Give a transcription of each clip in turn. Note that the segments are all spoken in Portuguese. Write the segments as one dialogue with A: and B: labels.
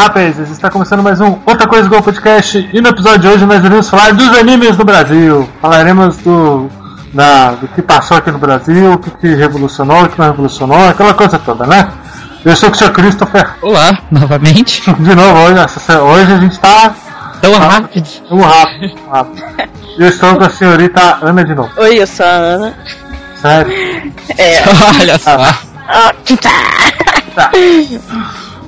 A: rapazes, está começando mais um Outra Coisa Igual Podcast e no episódio de hoje nós iremos falar dos animes no Brasil. Falaremos do, da, do que passou aqui no Brasil, o que, que revolucionou, o que não revolucionou, aquela coisa toda, né? Eu sou o Sr. Christopher,
B: Olá, novamente.
A: de novo, hoje, essa- hoje a gente tá está
B: Tão rápido.
A: um rápido, um rápido. E eu estou com a senhorita Ana de novo,
C: Oi, eu sou a Ana.
A: certo?
C: É.
B: Olha só.
C: Ah, tá.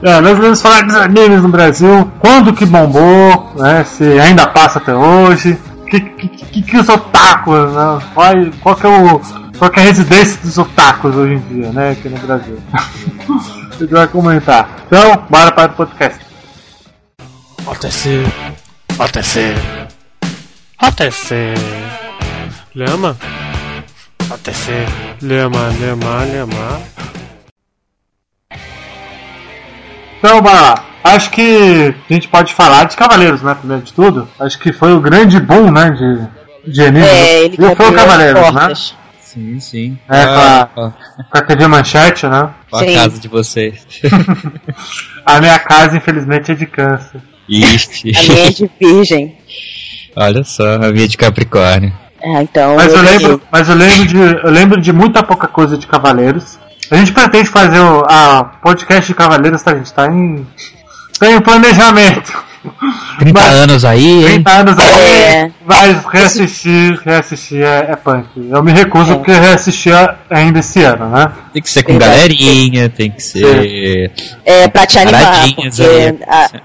A: É, nós vamos falar dos animes no Brasil, quando que bombou, né? Se ainda passa até hoje, que, que, que, que os otakus, né? Qual, qual que é o. Qual que é a residência dos otakus hoje em dia, né? Aqui no Brasil. A gente vai comentar. Então, bora para o podcast.
D: Aconteceu. Aconteceu. Aconteceu. Lhama. Aconteceu. Lhama, lhama, lhama.
A: Então, bora lá. Acho que a gente pode falar de Cavaleiros, né? Primeiro de tudo. Acho que foi o grande boom, né? De, de anime.
C: É, ele
A: Uhum. e foi o
C: quebrou
A: Cavaleiros,
C: as
A: né?
C: portas.
B: Sim, sim.
A: É,
B: Ah,
A: Com a TV Manchete, né?
B: com a
C: Sim.
B: casa de vocês.
A: A minha casa, infelizmente, é de câncer.
B: Ixi.
C: A minha é de virgem.
B: Olha só, a minha de Capricórnio.
C: Ah, então.
A: Mas eu
C: ganhei.
A: lembro, mas eu lembro de, eu lembro de muita pouca coisa de Cavaleiros. A gente pretende fazer o a podcast de Cavaleiros, tá gente? Tá em tem um planejamento.
B: 30
A: Mas-
B: anos aí, hein?
A: 30 anos aí.
C: É.
A: Vai reassistir, reassistir é, é punk. Eu me recuso
C: É.
A: porque reassistir ainda esse ano, né?
B: Tem que ser com
C: Verdade.
B: galerinha, tem que ser
C: É, pra te animar,
B: paradinhas
C: porque ah,
B: ali.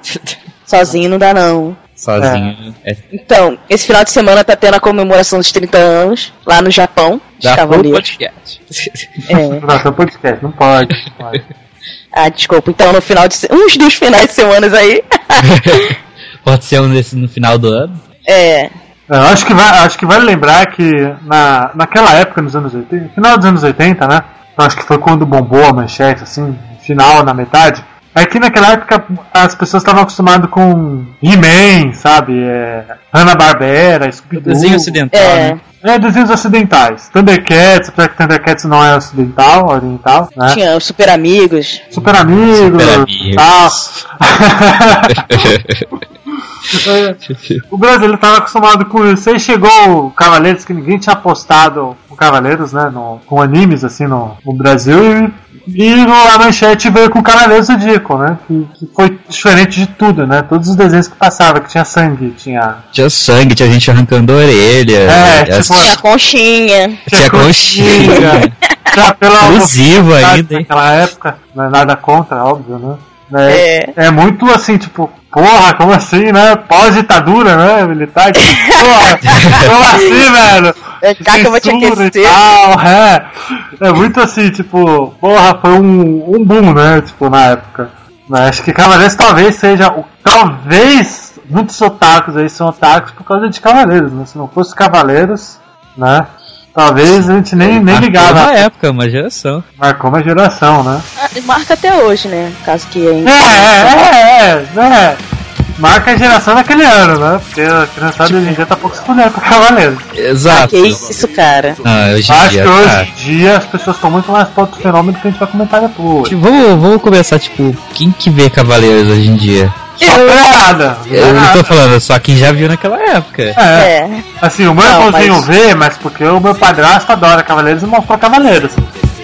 C: sozinho não dá, não.
B: Sozinho. É.
C: Então, esse final de semana tá tendo a comemoração dos 30 anos, lá no Japão, de
B: Dá pro
C: Cavaleiros.
B: podcast.
C: É.
A: Não, seu um podcast, não pode. não pode.
C: Ah, desculpa. Então, no final de. se- Uns dos finais de semanas aí.
B: Pode ser um desses no final do ano?
C: É.
A: É, eu acho que vai, acho que vale lembrar que na, naquela época, nos anos 80, final dos anos 80, né? Eu acho que foi quando bombou a manchete, assim, final, na metade. É que naquela época as pessoas estavam acostumadas com He-Man, sabe? É, Hanna-Barbera, Scooby-Doo.
B: Desenho ocidental,
C: É.
B: né?
A: É, desenhos ocidentais. Thundercats, apesar que Thundercats não é ocidental, oriental, né?
C: Tinha os super amigos.
A: Super Ah. Amigos,
B: Hum, Super Amigos.
A: tal. O brasileiro estava acostumado com isso. Aí chegou o Cavaleiros, que ninguém tinha apostado com Cavaleiros, né? no- com animes, assim, no, no Brasil. E, e a manchete veio com Cavaleiros do Dico, né? Que, que foi diferente de tudo, né? Todos os desenhos que passava, que tinha sangue, tinha.
B: Tinha sangue, tinha gente arrancando a orelha.
A: É,
B: as-
A: tipo,
C: Tinha a conchinha.
B: tinha conchinha.
A: Já pela
B: Inclusivo ainda, Tá hein?
A: Tá naquela época, não é nada contra, óbvio, né? né?
C: É.
A: É muito assim, tipo, porra, como assim, né? Pós-ditadura, né? Militar, tipo, porra, como assim, velho?
C: É, tá que eu vou te
A: Censura e
C: aquecer.
A: tal, é. é muito assim, tipo, porra, foi um, um boom, né? Tipo, na época. Mas acho que Cavaleiros talvez seja o. Talvez muitos otakus aí são otakus por causa de Cavaleiros, né? Se não fosse Cavaleiros, né? Talvez a gente nem, nem
B: Marcou né?
A: ligava.
B: Uma época, uma geração.
A: Marcou uma geração, né?
C: Ah, Marca até hoje, né? Caso que
A: É,
C: ainda.
A: é, é, é. Marca a geração daquele ano, né? Porque a criançada hoje em dia tá pouco se fudendo com cavaleiro.
B: Exato.
C: Que isso, cara.
B: Ah, hoje em
A: Acho
B: dia,
A: que hoje
B: cara.
A: em dia as pessoas estão muito mais prontas do fenômeno que a gente vai comentar depois.
B: Tipo, Vamos, vamos começar, tipo, quem que vê Cavaleiros hoje em dia?
A: Só pra nada.
B: Eu não tô
A: nada.
B: falando, só quem já viu naquela época.
A: É,
C: É.
A: assim, o meu
C: Não,
A: irmãozinho
C: mas-
A: vê, mas porque o meu padrasto adora Cavaleiros e mostrou Cavaleiros.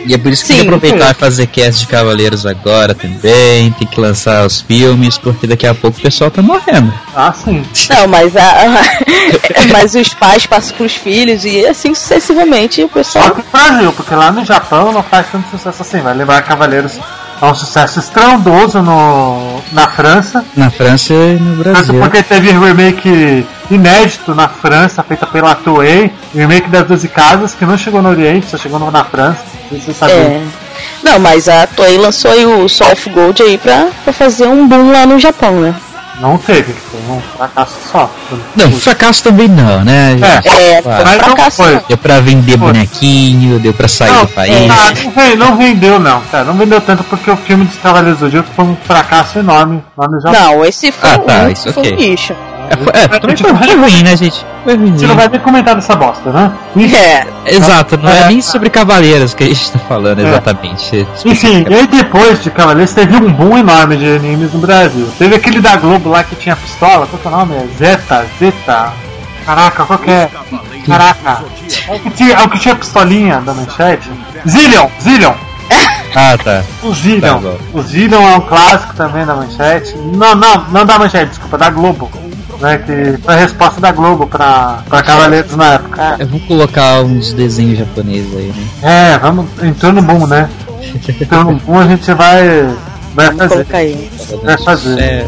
B: E é por isso que tem
C: Sim,
B: que aproveitar e fazer cast de Cavaleiros agora também, tem que lançar os filmes, porque daqui a pouco o pessoal tá morrendo.
A: Ah, sim.
C: Não, mas a, mas os pais passam pros filhos e assim sucessivamente o
A: Só
C: pessoal.
A: que no Brasil, porque lá no Japão não faz tanto sucesso assim. Vai lembrar que Cavaleiros é um sucesso estrondoso no, na França.
B: Na França e no
A: Tanto
B: Brasil.
A: porque teve um remake inédito na França, feita pela Toei, um remake das 12 casas, que não chegou no Oriente, só chegou no- na França. Isso sabe.
C: É. Não, mas a Toei lançou aí o Soul of Gold aí pra, pra fazer um boom lá no Japão, né?
A: Não teve, foi um fracasso só.
B: Não, fracasso também não, né? gente?
C: É,
B: Claro.
C: foi um
A: Mas não
C: fracasso.
A: foi.
B: Deu pra vender
A: Pô.
B: bonequinho, deu pra sair
A: Não,
B: do país.
A: ah, não, ven- não vendeu não, cara. Não vendeu tanto porque o filme dos Cavaleiros do Zodíaco foi um fracasso enorme lá no Japão.
C: Não, esse foi,
B: Ah,
C: um,
B: tá, isso
C: foi um
B: ok.
C: lixo.
B: É, foi, é, também foi, foi ruim, né, gente? Foi
A: Você não
B: ruimzinho.
A: vai nem comentar dessa bosta, né?
C: É,
B: Exato, não é nem sobre Cavaleiros que a gente tá falando
A: É.
B: exatamente.
A: Enfim, e aí depois de Cavaleiros teve um boom enorme de animes no Brasil. Teve aquele da Globo lá que tinha pistola, qual que é o nome? É Zeta, Zeta. Caraca, qual que é? Caraca. É o que tinha, é o que tinha pistolinha da manchete? Zillion, Zillion.
B: Ah, tá.
A: O Zillion.
B: Tá bom.
A: o Zillion é um clássico também da manchete. Não, não, não da manchete, desculpa, da Globo. Né, que foi a resposta da Globo pra, pra Cavaleiros na época.
B: Eu vou colocar uns desenhos japoneses aí, né?
A: É, vamos, entrou no boom, né? Entrou no boom, a gente vai, vai
C: vamos
A: fazer.
C: colocar aí.
A: Vai fazer.
B: É,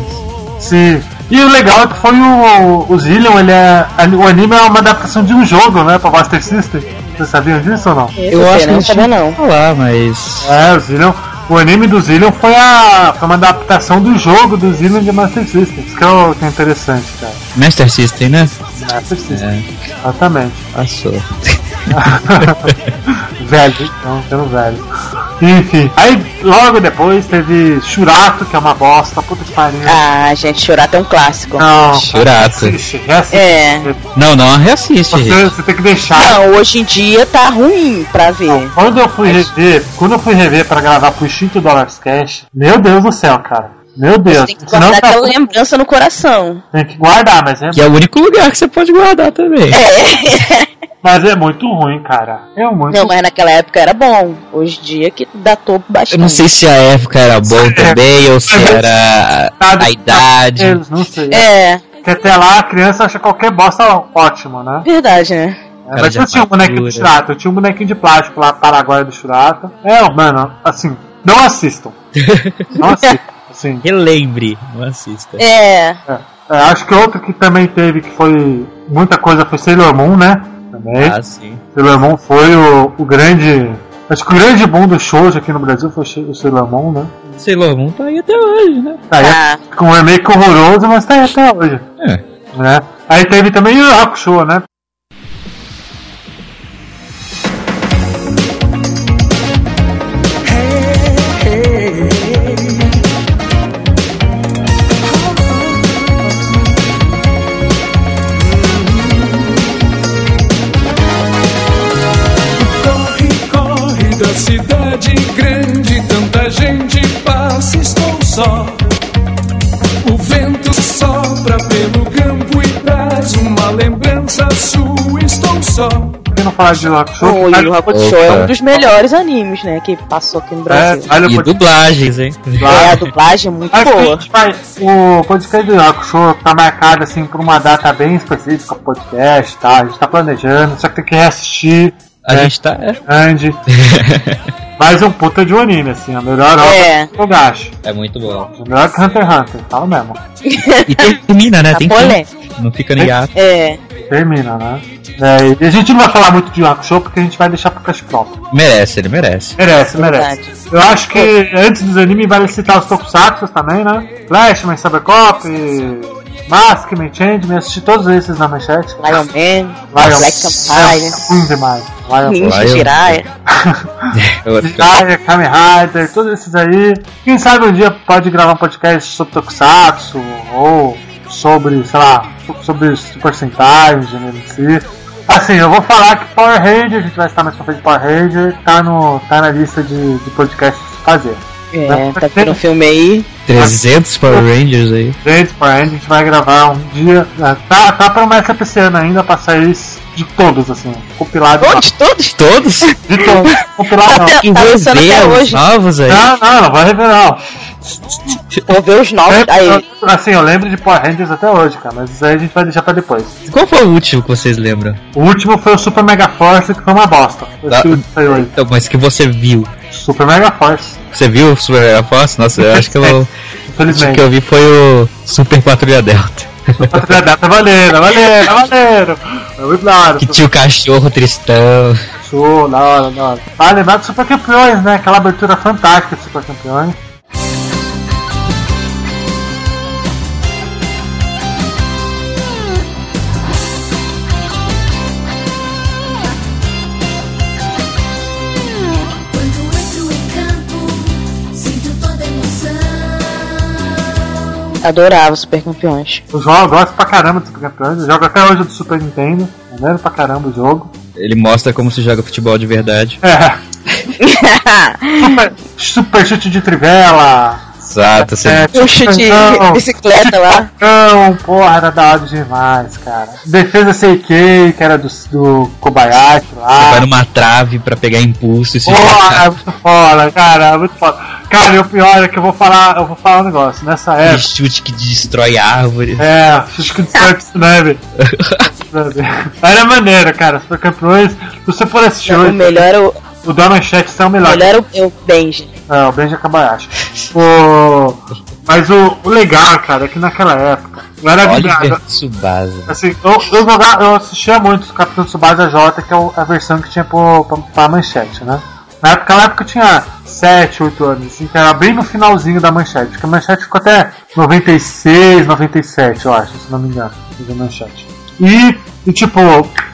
A: Sim. E o legal é que foi o, o Zillion, ele é. O anime é uma adaptação de um jogo, né? Pra Master System. Vocês sabiam disso ou não?
C: Esse
B: eu acho que
C: não
B: não
C: sabia
B: tinha não.
C: não.
B: falar, mas.
A: É, o Zillion. O anime do Zillion foi, a, foi uma adaptação do jogo do Zillion de Master System. Isso que é, o, que é interessante, cara.
B: Master System, né?
A: Master System.
B: É,
A: Exatamente.
B: passou.
A: velho, então, sendo velho. Enfim. Aí logo depois teve Shurato, que é uma bosta, puta que pariu.
C: Ah, gente, chorar é um clássico.
A: Não,
B: Shurato.
A: Assiste, reassiste.
C: É.
B: Não, não, reassiste,
A: Você,
B: gente.
A: você tem que deixar.
C: Não, hoje em dia tá ruim pra ver.
A: Quando eu
C: É
A: fui rever, quando eu fui rever pra gravar pro Instinto Dollars Cash, meu Deus do céu, cara. Meu Deus.
C: Tem que
A: Senão
C: guardar
A: tá-
C: aquela lembrança no coração.
A: tem que guardar, mas é,
B: Que é o único lugar que você pode guardar também.
C: É.
A: mas é muito ruim, cara. É muito
C: Não, mas naquela época era bom. Hoje em dia que datou bastante.
B: Eu não sei se a época era boa também ou se era a idade.
A: Eles, não sei.
B: né?
C: É,
A: Porque até lá a criança acha qualquer bosta ótimo, né?
C: verdade, né?
A: É, mas
B: de
A: eu tinha um bonequinho de
B: armadura.
A: Shurata, eu tinha um bonequinho de plástico lá, Paraguai do Shurata. É, mano, assim, não assistam. Não assistam. Assim,
B: Relembre, não assista.
C: É,
A: é, acho que outro que também teve, que foi muita coisa, foi Sailor Moon, né? Também.
B: Ah, sim.
A: Sailor Moon foi o, o grande. Acho que o grande boom do shoujo aqui no Brasil foi o Sailor Moon, né?
B: Sailor Moon tá aí até hoje, né?
A: Tá aí,
C: Ah.
A: com um remake horroroso, mas tá aí até hoje.
B: É.
A: Né? Aí teve também o Hakusho, né?
E: Corre, corre da cidade grande, tanta gente passa, estou só. O vento sopra pelo campo e traz uma lembrança sua, estou só.
A: Por que não falar de Hakusho?
C: o
A: Vale-
C: Yu Hakusho é
B: Opa.
C: um dos melhores animes, né? Que passou aqui no
A: É,
C: Brasil.
A: vale o
B: E
A: podcast.
B: dublagens, hein?
C: É, a dublagem é muito
A: Acho que a
C: boa.
A: gente vai. O podcast do Hakusho tá marcado assim por uma data bem específica pro podcast, tá? A gente tá planejando, só que tem que reassistir.
B: A
A: né?
B: gente tá. é-
A: grande. Mas é um puta de um anime, assim, a melhor obra
C: É.
A: que eu gasto.
B: É muito bom.
A: Melhor que Hunter x Hunter, fala mesmo.
B: E termina, né?
C: Tá
B: Tem
C: polêmico.
B: que. Não fica ligado.
C: É,
A: Termina, né? É, e a gente não vai falar muito de Hakusho porque a gente vai deixar pro Cash Próprio.
B: Merece, ele merece.
A: Merece, merece.
C: verdade.
A: Eu acho que antes dos animes vale citar os Tokusatsu também, né? Flashman, Cybercop, Maskman, Changeman, assisti todos esses na manchete.
C: Lion Man,
A: Lion-
C: Black Campfire,
A: É ruim demais. Lion
C: Ninja
B: Lion-
C: Jiraiya.
B: Eu vou ficar-
A: Rider, Kamen Rider, todos esses aí. Quem sabe um dia pode gravar um podcast sobre Tokusatsu ou sobre, sei lá, so- sobre Super Sentai, o gênero em si. Assim, eu vou falar que Power Ranger, a gente vai estar mais pra frente Power Ranger, tá, no, tá na lista de, de podcasts a fazer.
C: É, tá tendo um filme aí.
B: 300 Power Rangers aí.
A: Gente, Power Ranger, a gente vai gravar um dia. ah, Tá, tá a promessa pra esse ano ainda pra sair de todos, assim, compilado.
C: Todos, todos.
B: Todos?
A: De todos, compilado.
C: Tá
B: E vou
C: lançando
B: ver
C: até
B: os
C: hoje.
B: novos aí.
A: Não, não, não vai revelar. não.
C: Vou ver os novos.
A: Eu-
C: Aí,
A: eu- assim, eu lembro de Power Rangers até hoje, cara, mas isso aí a gente vai deixar pra depois.
B: Qual foi o último que vocês lembram?
A: O último foi o Super Mega Force, que foi uma bosta. Esse
B: Tá.
A: que saiu aí.
B: Então, mas que você viu.
A: Super Mega Force,
B: Você viu o Super Mega Force? Nossa, eu acho que eu, o último
A: infelizmente.
B: que eu vi foi o Super Patrulha Delta.
A: Tá tá valendo, tá valendo, tá valendo. É muito da hora.
B: Que tipo- tinha o cachorro tristão.
A: Show, da hora, da hora. Ah, lembrar do Super Campeões, né? Aquela abertura fantástica do Super Campeões.
F: Quando entro em campo, sinto toda emoção.
C: Adorava Super Campeões.
A: O João gosta pra caramba de Super Campeões. Joga até hoje do Super Nintendo. Maneiro pra caramba o jogo.
B: Ele mostra como se joga futebol de verdade.
A: É. Super, super chute de trivela.
B: Exato, assim.
A: É,
C: Um chute de
A: pancão,
C: bicicleta lá.
A: Não, porra, era da hora demais, cara. Defesa CK, que era do, do Kobayashi
B: Vai
A: lá.
B: numa trave pra pegar impulso e se
A: Porra,
B: jogar.
A: é muito foda, cara, é muito foda. Cara, e o pior é que eu vou falar, eu vou falar um negócio. Nessa
C: É.
B: Aquele
A: época,
B: chute que destrói árvores.
A: é, acho que destrói tsunami. Tsunami. Era maneiro, cara. Super campeões. Se você for assistir
C: É O
A: hoje,
C: melhor era o,
A: o da manchete são
C: o,
A: melhor.
C: melhor era o, é o Benji.
A: É, o Benja Kabayashi. O... Mas o, o legal, cara, é que naquela época eu
C: É
A: era
B: Oliver
A: ligado.
B: Tsubasa.
A: Assim, eu, eu, jogava, eu assistia muito o Capitão Tsubasa J, que é o- a versão que tinha pro, pra, pra manchete, né? Na época, na época eu tinha 7, 8 anos, assim, que era bem no finalzinho da manchete, porque a manchete ficou até 96, 97, eu acho, se não me engano, da manchete. E, e, tipo,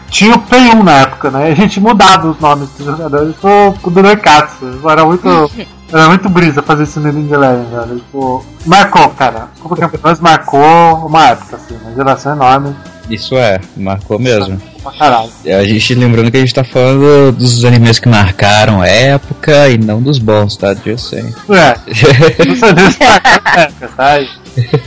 A: tinha o Play 1 na época, né? E a gente mudava os nomes dos jogadores pro, pro Durakatsu. Era muito. Era muito brisa fazer isso no Ring Eleven, velho. Tipo, marcou, cara. Como campeões marcou uma época, assim, uma geração enorme.
B: Isso é, marcou mesmo.
A: Pra caralho.
B: A gente lembrando que a gente tá falando dos animes que marcaram a época e não dos bons, tá? Eu sei.
A: É, não sei se época, sabe? tá?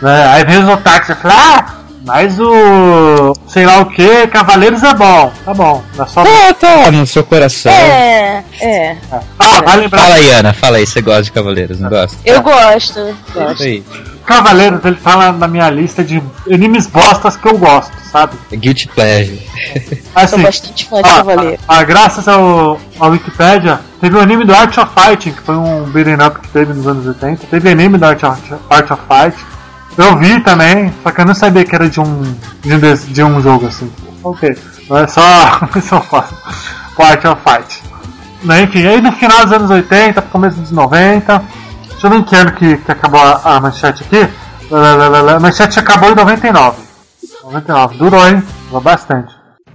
A: Né, Aí vem os otakus e fala, ah, mas o. sei lá o que, Cavaleiros é bom. Tá bom, é só.
B: ah, tá no seu coração.
C: É, é.
A: Ah, vai lembrar.
B: Fala aí, Ana, fala aí, você gosta de Cavaleiros, não gosta?
C: Eu gosto. gosto.
B: Isso aí.
A: Cavaleiros, ele tá lá na minha lista de animes bostas que eu gosto, sabe?
B: Guilty Pleasure.
C: Sou
A: Assim,
C: bastante fã é de
A: Ah,
C: Cavaleiro.
A: ah, ah, graças ao, ao Wikipedia, teve o anime do Art of Fighting, que foi um beat'em up que teve nos anos 80. Teve anime do Art of, Art of Fight. Eu vi também, só que eu não sabia que era de um, de um, des- de um jogo assim. Ok, não é só só fácil. O Art of Fight. Né, Enfim, aí no final dos anos 80, pro começo dos 90. Deixa eu ver em que ano que, que acabou a, a manchete aqui. Lá, lá, lá, lá. A manchete acabou em 99. 99, durou, hein? Durou bastante.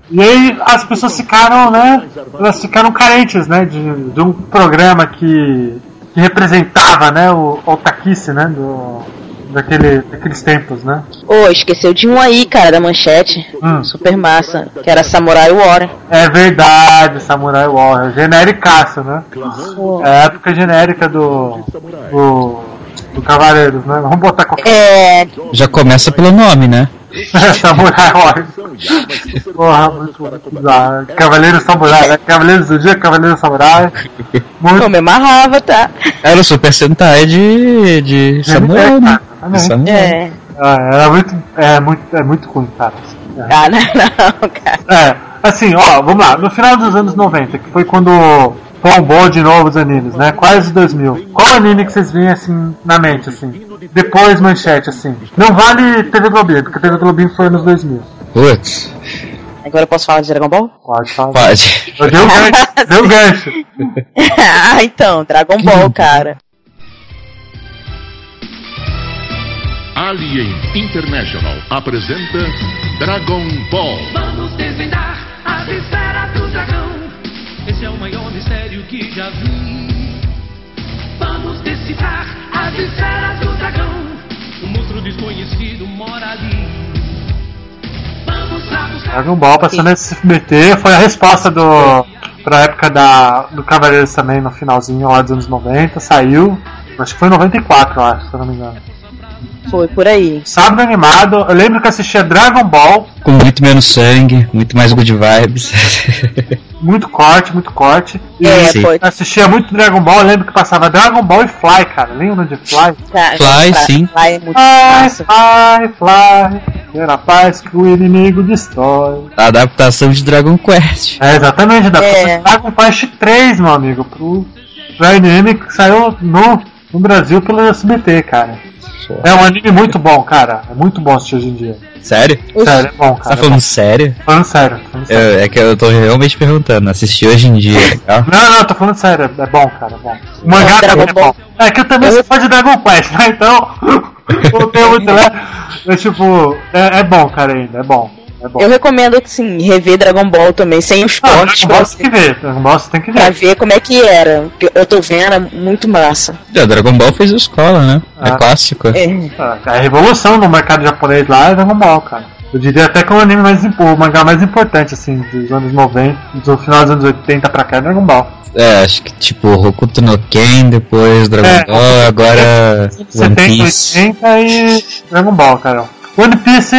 A: E aí as pessoas ficaram, né? Elas ficaram carentes, né? De, de um programa que, que representava, né? O o otaquice, né? Do, daquele, daqueles tempos, né?
C: Ô, esqueceu de um aí, cara, da manchete.
A: Hum.
C: Super massa. Que era Samurai Warren.
A: É verdade, Samurai Warrior. Genericaço, né? É a época genérica do. do, do Cavaleiros, né? Vamos botar qualquer.
C: É.
B: Já começa pelo nome, né?
A: Samurai Warrior. é Porra, muito bizarro. Cavaleiro Samurai, né? Cavaleiros do Dia, Cavaleiro Samurai.
C: Eu
A: Muito
C: me amarrava, tá?
B: Era É o Super Sentai de, de Samuel, né?
A: Exatamente.
B: De Samuel.
C: tá. É.
A: Ah, era muito. É muito, é muito ruim, cara.
C: Ah, não, não, cara.
A: É, assim, ó, vamos lá. No final dos anos 90, que foi quando bombou de novo os animes, né? Quase 2000. Qual anime que vocês veem, assim, na mente, assim? Depois manchete, assim. Não vale TV Globinho, porque TV Globinho foi nos 2000.
B: Putz,
C: Agora eu posso falar de Dragon Ball?
A: Pode falar.
B: pode.
A: Eu dei um gancho, dei um gancho.
C: ah, então, Dragon Ball, cara.
F: Alien International apresenta Dragon Ball.
G: Vamos desvendar a esferas do dragão. Esse é o maior mistério que já vi. Vamos decifrar as esferas do dragão. Um monstro desconhecido mora ali. Vamos lá buscar.
A: Dragon Ball passando esse SBT foi a resposta do pra época da, do Cavaleiros também no finalzinho lá dos anos 90, saiu. Acho que foi em 94, eu acho, se eu não me engano.
C: Foi por aí.
A: Sábado animado, eu lembro que eu assistia Dragon Ball,
B: Com muito menos sangue, muito mais good vibes.
A: muito corte, muito corte. E
C: É,
B: Sim.
C: foi.
A: assistia muito Dragon Ball, eu lembro que passava Dragon Ball e Fly, cara. Lembra de Fly?
C: Tá,
B: Fly, sim.
C: Fly é
A: Fly,
C: muito massa.
A: fly, fly. Era a paz que o inimigo destrói.
B: A adaptação de Dragon Quest.
A: É, exatamente, da
C: É.
A: Dragon Quest 3, meu amigo, pro, pro anime que saiu no, no Brasil pelo SBT, cara. É um anime muito bom, cara. É muito bom assistir hoje em dia.
B: Sério?
A: Sério, é bom,
B: Você tá
A: cara.
B: falando sério?
A: Tô falando sério. tô falando sério.
B: Eu- é que eu tô realmente perguntando. Assisti hoje em dia, legal?
A: Não, não, tô falando sério. É bom, cara, é bom. O mangá
C: É,
A: também é
C: Dragon
A: bom. É que eu também sou fã de Dragon Quest, né? Então, o tema muito, né? É tipo, é, é bom, cara, ainda, é bom. É bom.
C: Eu recomendo, assim, rever Dragon Ball também, sem os
A: Ah,
C: cortes,
A: Dragon
C: pra,
A: Ball
C: você-
A: tem que ver, Dragon Ball você tem que
C: pra
A: ver.
C: ver como é que era. Eu tô vendo, é muito massa.
B: É, Dragon Ball fez escola, né?
A: Ah.
B: É clássico.
C: É.
A: Ah, A revolução no mercado japonês lá é Dragon Ball, cara. Eu diria até que é o anime mais impo- o mangá mais importante, assim, dos anos 90, do final dos anos 80 pra cá é Dragon Ball.
B: É, acho que tipo Hokuto no Ken, depois Dragon
A: É.
B: Ball, agora One
A: 70,
B: Piece.
A: 80 e Dragon Ball, cara. One Piece,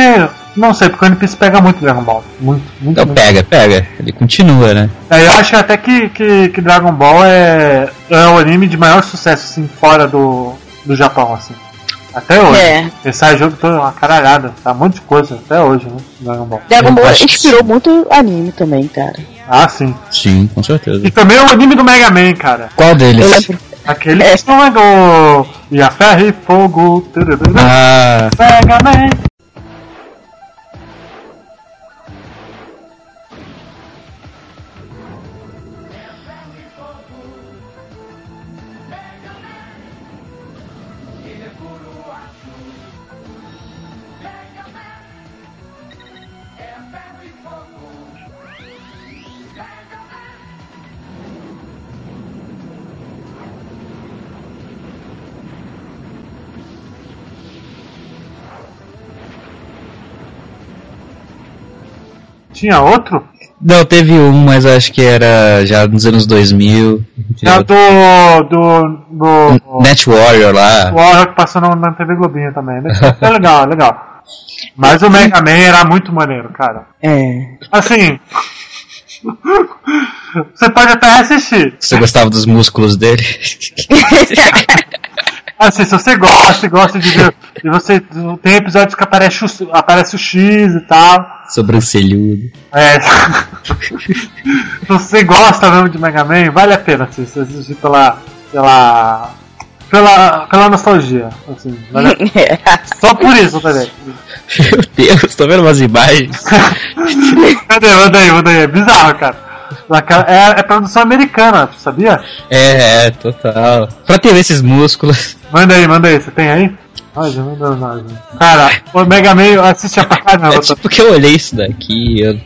A: não sei, porque One Piece pega muito Dragon Ball. Muito, muito,
B: Então
A: muito.
B: pega, pega. Ele continua, né?
A: É, eu acho até que, que, que Dragon Ball é, é o anime de maior sucesso, assim, fora do, do Japão, assim. Até hoje.
C: É.
A: Ele sai jogo todo uma caralhada, tá um monte de coisa, até hoje, né? Dragon Ball.
C: Dragon
B: Eu
C: Ball
B: acho que
C: inspirou
B: sim.
C: muito anime também, cara.
A: Ah, sim.
B: Sim, com certeza.
A: E também é o anime do Mega Man, cara.
B: Qual
C: Eu
B: deles?
C: lembro.
A: Aquele
C: É.
A: que não é do. E a ferro e fogo. tururu,
B: Ah,
A: Mega Man. Tinha outro?
B: não, teve um, mas acho que era já nos anos 2000.
A: Tinha do. do. do. do
B: Net Warrior lá.
A: Warrior que passou na- na TV Globinho também. né? É legal, é legal. Mas o Mega Man era muito maneiro, cara.
C: É.
A: Assim. Você pode até assistir.
B: Você gostava dos músculos dele?
A: Assim, se você gosta, gosta de ver. E você. Tem episódios que aparece o, aparece o X e tal.
B: Sobrancelhudo.
A: É. Se você gosta mesmo de Mega Man, vale a pena assim, se assistir pela. pela. pela, pela nostalgia. Assim, vale a pena. Só por isso também.
B: Meu Deus, tô vendo umas imagens.
A: Cadê? Manda aí, manda aí. É bizarro, cara. Naquela- É, é produção americana, tu sabia?
B: É, é, total. Pra ter esses músculos.
A: Manda aí, manda aí. Você tem aí? Nossa, manda nós. Cara, o Mega Man assiste pra caramba.
B: É tipo que eu olhei isso daqui. Eu,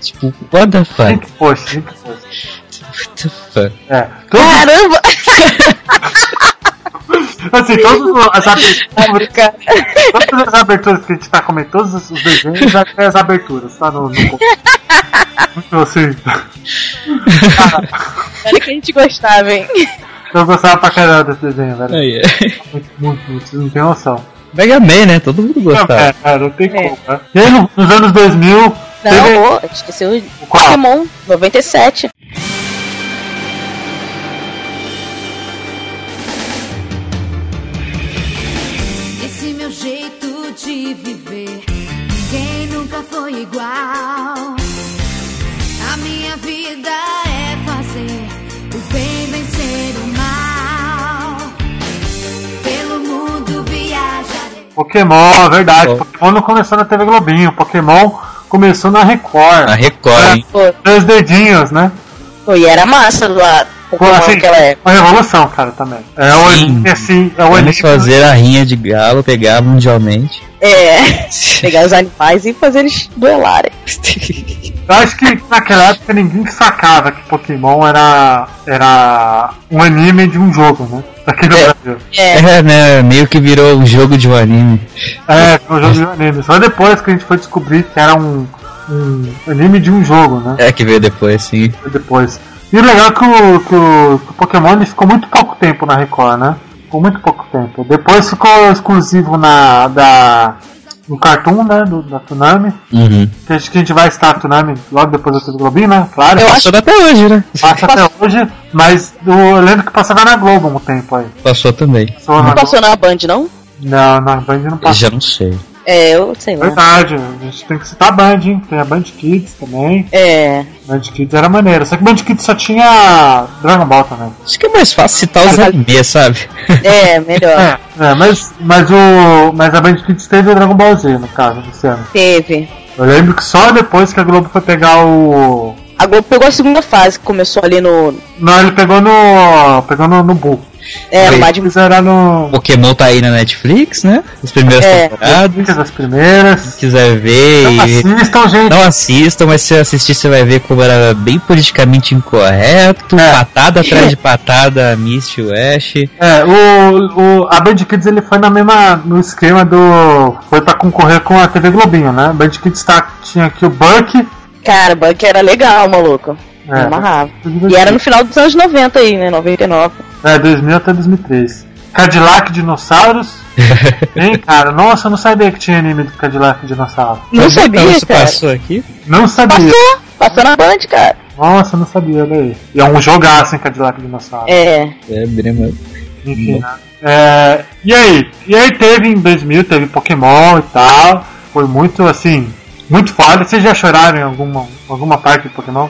B: tipo, what the fuck?
A: Link post, link post.
B: What the fuck?
A: É. Todo-
C: Caramba!
A: Assim, todas as aberturas. Todas as aberturas que a gente tá comentando, todos os- os desenhos, até as aberturas, tá? No, no... Muito assim.
C: Era que a gente gostava, hein?
A: Eu gostava pra caramba desse desenho, velho.
B: Aí, é.
A: Muito, muito, muito. Vocês não tem noção.
B: Mega Man, né? Todo mundo
A: Não, é,
B: gostava.
A: é, não tem
C: É.
A: como, né? E aí, no- nos anos 2000, teve
C: Não, pô, esqueceu o
A: Qual?
C: Pokémon 97.
H: Esse meu jeito de viver, ninguém nunca foi igual. A minha vida é fazer o bem vencer o mal. Pelo mundo viajarei.
A: Pokémon, é verdade.
B: Bom.
A: Pokémon não começou na TV Globinho. Pokémon começou na Record.
B: Na Ah, Record, hein?
C: Pô,
A: Dois dedinhos, né?
C: pô, e era massa lá.
A: Pô,
C: Pokémon
A: assim,
C: naquela época.
A: uma revolução, cara, também. É o
B: Sim.
A: anime, assim, é o
B: Vamos
A: anime
B: fazer a rinha de galo, pegar mundialmente.
C: É. Pegar os animais e fazer eles duelarem.
A: Eu acho que naquela época ninguém sacava que Pokémon era, era um anime de um jogo, né? Aqui no
B: É.
A: Brasil.
C: É.
B: É, né? Meio que virou um jogo de um anime.
A: É, foi um jogo de um anime. Só depois que a gente foi descobrir que era um, um anime de um jogo, né?
B: É que veio depois, sim.
A: Foi depois. E o legal é que o, que o, que o Pokémon ele ficou muito pouco tempo na Record, né? Ficou muito pouco tempo. Depois ficou exclusivo na da, no Cartoon, né? Do, da Tsunami.
B: Uhum.
A: Que acho que a gente vai estar na Tsunami logo depois do Globinho, né? Claro.
B: Eu Passou até hoje, né?
A: Passa até hoje, mas do- eu lembro que passava na Globo um tempo aí.
B: Passou também.
A: Passou na
C: Não
A: Globo.
C: passou na Band, não?
A: Não, na Band não
B: Eu
A: passa.
B: já não sei.
C: É, eu sei lá.
A: Verdade, a gente tem que citar a Band, hein? Tem a Band Kids também.
C: É.
A: Band Kids era maneiro. Só que Band Kids só tinha Dragon Ball também.
B: Acho que é mais fácil citar os animes, sabe?
C: É, melhor.
A: É, é, mas, mas, o, mas a Band Kids teve o Dragon Ball Z, no caso, nesse ano.
C: Teve.
A: Eu lembro que só depois que a Globo foi pegar o.
C: A Globo pegou a segunda fase, que começou ali no.
A: Não, ele pegou no. pegou no, no Bull.
C: É, o
B: Aí.
C: Majin
A: Fizeram no.
B: Pokémon tá aí na Netflix, né? As primeiras
C: É.
B: temporadas.
A: As primeiras.
B: Se quiser ver
A: Não
B: e.
A: assistam, gente.
B: Não assistam, mas se assistir você vai ver como era bem politicamente incorreto.
A: É.
B: Patada atrás de patada, Misty West.
A: É, o, o, a Band Kids ele foi na mesma, no esquema do. Foi pra concorrer com a TV Globinho, né? A Band Kids tá, tinha aqui o Buck.
C: Cara, Buck era legal, maluco.
A: É.
C: É. Amarrava. E era no final dos anos 90 aí, né? 99.
A: É, 2000 até 2003. Cadillac Dinossauros. Hein, cara? Nossa, eu não sabia que tinha anime do Cadillac Dinossauro.
C: Não
B: Mas então,
C: sabia,
B: isso
C: cara.
B: passou aqui?
A: Não sabia.
C: Passou. Passou na Band, cara.
A: Nossa, eu não sabia, olha aí. E é um jogaço em Cadillac Dinossauro.
C: É.
B: É, Brema.
A: Enfim, né? É, e aí? E aí teve em 2000, teve Pokémon e tal. Foi muito, assim, muito foda. Vocês já choraram em alguma, alguma parte de Pokémon?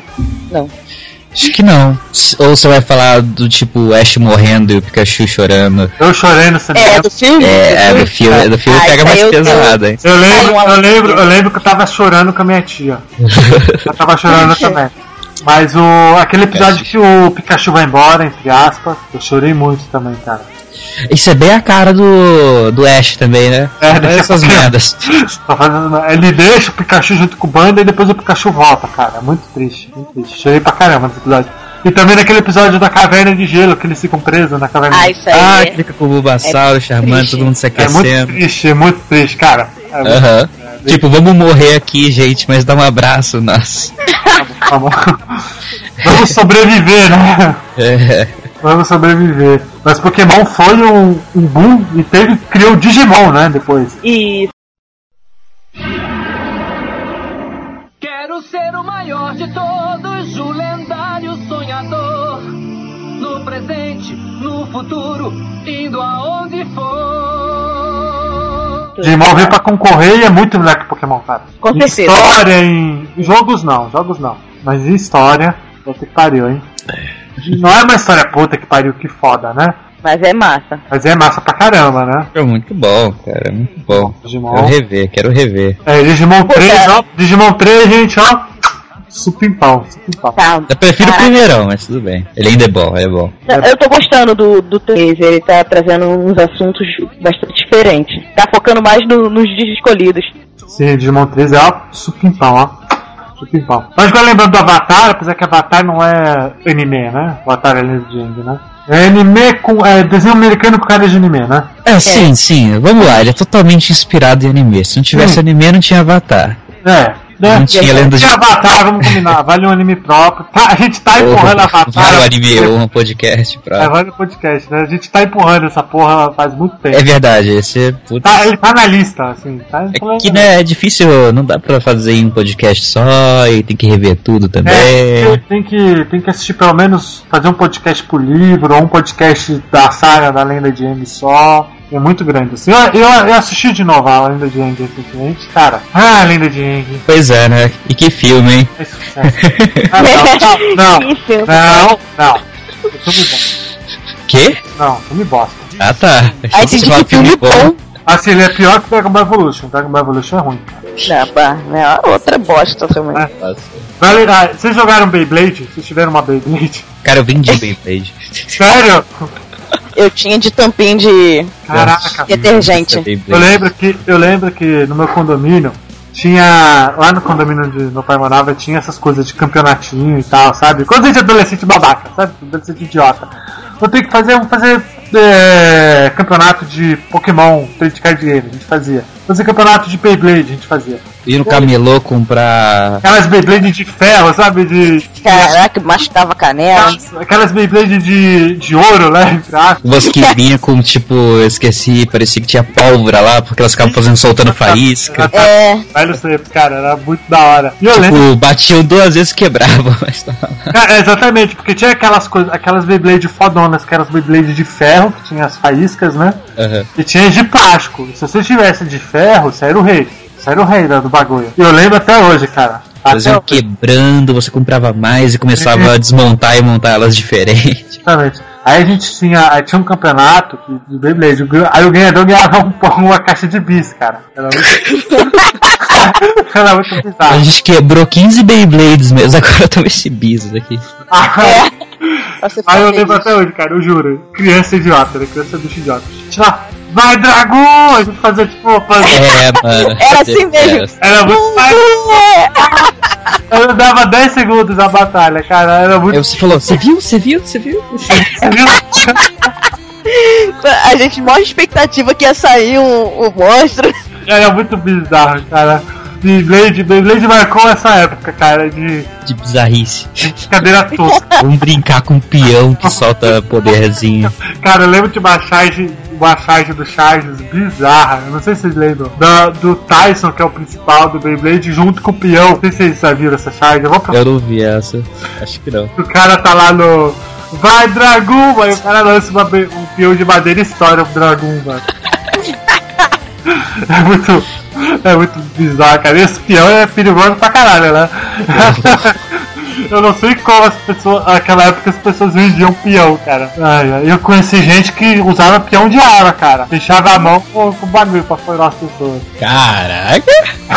B: Acho que não. S- Ou você vai falar do tipo Ash morrendo e o Pikachu chorando.
A: Eu chorei no cinema.
C: É, do filme?
B: É, é do filme, é do filme
C: Ah,
B: pega
C: isso aí
B: mais
C: eu-
B: pesado, hein?
A: Eu lembro,
C: Ai, um
A: eu, lembro,
C: aluno.
A: eu lembro que eu tava chorando com a minha tia. Eu tava chorando também. Mas o, aquele episódio que o Pikachu vai embora, entre aspas, eu chorei muito também, cara.
B: Isso é bem a cara do, do Ash também, né?
A: É,
B: Olha essas merdas.
A: Tô fazendo- Ele deixa o Pikachu junto com o Banda e depois o Pikachu volta, cara. É muito triste, muito triste. Chorei pra caramba nesse episódio. E também naquele episódio da caverna de gelo, que eles ficam presos na caverna
C: Ah,
A: de gelo.
C: isso aí.
B: Ah,
C: é.
B: clica com o Bulbasauro, Charmander,
C: triste.
B: todo mundo se
A: É muito
B: aquecendo.
A: triste, é muito triste, cara. É muito
B: Aham. Tipo, vamos morrer aqui, gente, mas dá um abraço, nossa.
A: Vamos sobreviver, né?
B: É.
A: Vamos sobreviver. Mas Pokémon foi um, um boom e teve, criou o Digimon, né? Depois.
C: E
G: Quero ser o maior de todos, o lendário sonhador. No presente, no futuro, indo aonde for.
A: Digimon veio pra concorrer e é muito melhor que Pokémon, cara.
C: Tá. Com
A: Em
C: certeza.
A: História em. Jogos não, jogos não. Mas em história, puta que pariu, hein? Não é uma história puta que pariu, que foda, né?
C: Mas é massa.
A: Mas é massa pra caramba, né?
B: Foi muito bom, cara, muito bom.
A: Digimon.
B: Quero rever, quero rever.
A: É, Digimon
C: Pô,
A: 3,
C: cara.
A: ó. Digimon 3, gente, ó. Supimpão, supimpão.
C: Tá.
B: Eu prefiro o
C: Caraca.
B: primeirão, mas tudo bem. Ele ainda é bom, ele é bom.
C: Eu tô gostando do, do 3, ele tá trazendo uns assuntos bastante diferentes. Tá focando mais no- nos escolhidos.
A: Sim, Digimon 3 é ó, supimpão, ó. Supimpão. Mas vai lembrando do Avatar, apesar que Avatar não é anime, né? Avatar é legend, né? É anime com. É desenho americano com cara de anime, né?
B: É, sim, sim. Vamos lá, ele é totalmente inspirado em anime. Se não tivesse
A: Hum.
B: anime, não tinha Avatar.
A: É. Né?
B: Não tinha lenda de-
A: Tinha Avatar, vamos combinar. Vale um anime próprio. Tá, a gente tá empurrando Avatar.
B: Vale o anime ou um podcast
A: É,
B: pra...
A: vale o podcast, né? A gente tá empurrando essa porra faz muito tempo.
B: É verdade, esse... é- Putz.
A: Tá, ele tá na lista, assim. Tá
B: É que, né, é difícil, não dá pra fazer em um podcast só e tem que rever tudo também.
A: É, tem que, tem que assistir pelo menos, fazer um podcast por livro, ou um podcast da saga da Lenda de Aang só. É muito grande, assim. Eu, eu, eu assisti de novo a Lenda de Aang recentemente, cara. Ah, Lenda de Aang,
B: Pois é, né? E que filme, hein?
A: é sucesso. Ah, não, não, não,
C: Isso.
A: não, não. É Filme bom.
B: Quê?
A: Não, filme bosta.
B: Ah, tá.
C: Aí
B: Achei
C: tem
B: que você falava
C: que filme bom.
A: Assim, ele é pior que Dragon Ball Evolution. Dragon Ball Evolution é ruim.
C: Não, pá, né? Outra bosta também.
A: É. Vale, ah, vocês jogaram Beyblade? Vocês tiveram uma Beyblade?
B: Cara, eu vendi o Beyblade.
A: Sério?
C: Eu tinha de tampinho de
A: Caraca.
C: detergente.
B: é
A: Eu lembro que eu lembro que no meu condomínio tinha lá no condomínio onde meu pai morava tinha essas coisas de campeonatinho e tal, sabe? Coisa de adolescente babaca, sabe? Adolescente idiota. Eu tenho que fazer, vamos fazer é, campeonato de Pokémon, trade card game, a gente fazia. Fazer campeonato de Beyblade, a gente fazia.
B: Ir no um camelô comprar...
A: Aquelas Beyblade de ferro, sabe? De
C: Caraca, machucava a canela.
A: aquelas, aquelas Beyblade de, de ouro, né? Entre aspas.
B: Umas que vinha com, tipo, eu esqueci, parecia que tinha pólvora lá, porque elas ficavam fazendo, soltando faísca.
C: É,
A: Velho sempre, cara, era muito da hora. E eu lembro.
B: Tipo, batiam duas vezes e quebravam, mas tá lá.
A: Cara, é, exatamente, porque tinha aquelas coisas, aquelas Beyblade fodonas, que eram as Beyblade de ferro, que tinha as faíscas, né?
B: Aham.
A: E tinha as de plástico. Se você tivesse de ferro, você era o rei. Você era o rei da- do bagulho. E eu lembro até hoje, cara.
B: Elas
A: Até
B: iam
A: hoje,
B: quebrando, você comprava mais e começava a desmontar e montar elas diferentes.
A: exatamente. Aí a gente tinha, aí tinha um campeonato que- de Beyblade, o gan- aí o ganhador ganhava um, uma caixa de bis, cara. Era muito, era muito
B: A
A: bizarro.
B: gente quebrou 15 Beyblades mesmo, agora eu tô esse biso daqui.
A: Ah,
I: pra você ficar
A: Aí eu
I: feliz.
A: lembro até hoje, cara, eu juro. Criança idiota, né? Criança é bicho idiota. Tira, vai, dragão! A gente fazia tipo. Fazia...
B: É, mano.
I: Era assim mesmo.
A: Era muito mais. Eu dava 10 segundos na batalha, cara. Era muito.
B: Aí você falou, você viu, você viu, você viu?
C: É,
I: A gente morre de expectativa que ia sair um, um monstro.
A: Era muito bizarro, cara. Beyblade, Beyblade marcou essa época, cara, de
B: De bizarrice.
A: cadeira tosca.
B: Vamos brincar com um peão que solta poderzinho.
A: Cara, eu lembro de uma charge, uma charge do Charges bizarra. Eu não sei se vocês lembram. Da- do Tyson, que é o principal do Beyblade, junto com o peão. Não sei se vocês já viram essa charge. Eu vou pra...
B: Eu não vi essa. Acho que não.
A: O cara tá lá no. Vai, Dragão! Aí o cara lança uma be- um peão de madeira e estoura o Dragão, mano. É muito. É muito bizarro, cara. E Esse peão é perigoso pra caralho, né? Eu não sei como as pessoas. Naquela época as pessoas vendiam peão, cara. Ai, ai. Eu conheci gente que usava peão de arma, cara. Fechava a mão com, com bagulho pra furar as pessoas.
B: Caraca,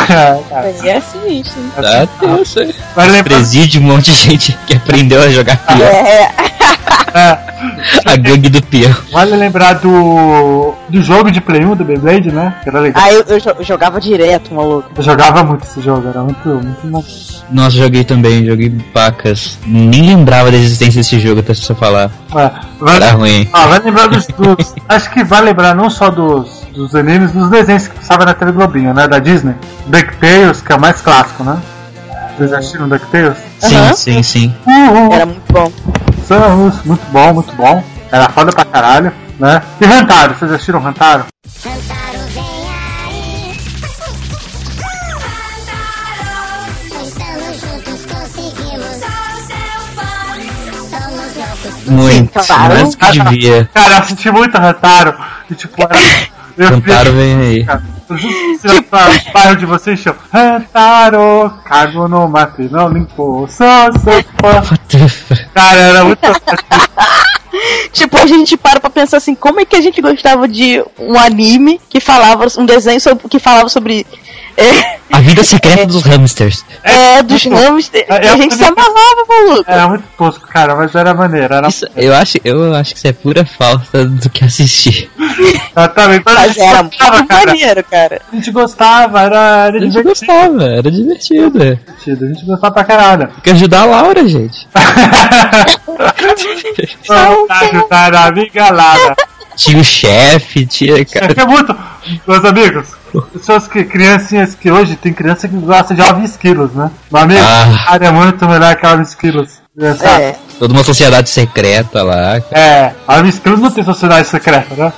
A: É, cara.
I: Aí é sinistro. hein?
B: tá tenso. hein?
A: Vai lembrar.
B: Presídio, um monte de gente que aprendeu a jogar peão.
I: É,
A: é.
B: A gangue do peão.
A: Vale lembrar do. do jogo de Play 1 do Beyblade, né? Que era legal.
I: aí Ah, eu, eu jo- jogava direto, maluco.
A: Eu jogava muito esse jogo, era muito, muito bom.
B: Nossa, joguei também, joguei pacas. Nem lembrava da existência desse jogo até você falar.
A: É,
B: Era
A: vai,
B: ruim.
A: ah, vai lembrar dos, dos- Acho que vai lembrar não só dos, dos animes, dos desenhos que passava na TV Globinho, né? Da Disney. DuckTales, que é o mais clássico, né? Vocês já assistiram DuckTales?
B: Sim,
I: Aham.
B: sim, sim.
A: Uhul!
I: Era muito bom.
A: São Russo, muito bom, muito bom. Era foda pra caralho, né? E Rantaro, vocês já assistiram Rantaro?
B: Muito.
I: claro.
B: Mais que devia.
A: Cara, eu assisti muito Rantaro. E tipo, era. eu
B: Cantaram vem aí.
A: cara. Eu juro que
I: Tipo-
A: o bairro de vocês chama Rantaro, cago no mate, não limpou, só sou fã. Cara, era muito.
I: Tipo, a gente para pra pensar assim, como é que a gente gostava de um anime que falava, um desenho sobre- que falava sobre é,
B: A vida secreta dos hamsters.
A: Tá
I: é, dos ramos. que
A: é,
I: A gente
A: é-
I: se amarrava, maluco.
A: Era muito tosco, cara, mas era maneiro. Era
B: Isso, eu acho, eu acho que isso é pura falta do que assistir.
A: exatamente. Mas a
I: Mas
A: gente
I: era
A: gostava,
I: muito
A: cara.
I: maneiro, cara.
A: A gente gostava, era, era
B: A gente
A: divertido.
B: gostava, era divertido. Tem
A: A gente gostava pra caralho.
B: que ajudar a Laura, gente.
I: um
A: Vamos ajudar a amiga Lara.
B: Tinha o chefe, tinha. Cara,
A: É muito. Meus amigos, pessoas que. criancinhas que hoje tem criança que gosta de Alvin Esquilos, né? Meu amigo,
B: Ah.
A: cara, é muito melhor que Alvin Esquilos. Sabe?
I: É.
B: toda uma sociedade secreta lá.
A: É, a Miss Cruz não tem sociedade secreta, né?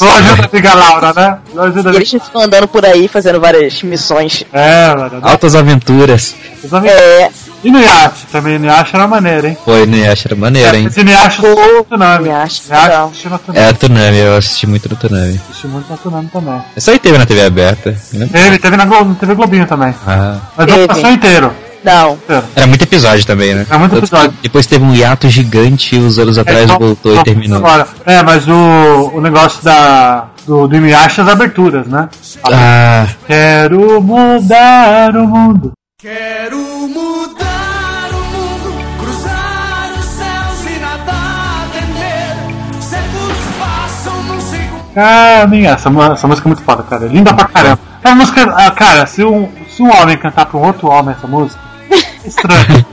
A: Não ajuda a Amiga Laura, né? Não ajuda a
I: E eles ficam andando por aí fazendo várias missões.
A: É, mano. né?
B: Altas aventuras.
A: Os amigos-
I: É,
A: E no Yacht também, no Yacht era maneiro, hein?
B: Foi, né? Acho que era maneiro, hein?
A: Esse Niacho
I: Pô,
A: Tsunami.
I: Niacho, não.
A: Niacho no Tsunami.
B: É a Tsunami, eu assisti muito no Tsunami.
A: Assisti muito no Tsunami também.
B: Isso aí teve na TV aberta, né?
A: Teve, teve na Glo- no TV Globinho também.
B: Ah,
A: Mas
I: Teve.
A: não passou inteiro.
I: não.
A: inteiro.
B: era muito episódio também, né?
A: Era muito
B: Tanto que
A: episódio.
B: Depois teve um hiato gigante uns anos atrás,
A: então,
B: voltou
A: então,
B: e terminou.
A: Agora. É, mas o, o negócio da, do, do Niacho é as aberturas, né?
B: Ah,
A: Quero mudar o mundo.
E: Quero mudar o mundo, cruzar os céus e nadar dentro. Séculos passam, não sei como.
A: Caminha, essa, mu- essa música Ah, é muito foda, cara. É linda pra caramba. É uma música. ah, cara, se um, se um homem cantar pra um outro homem essa música, é estranho.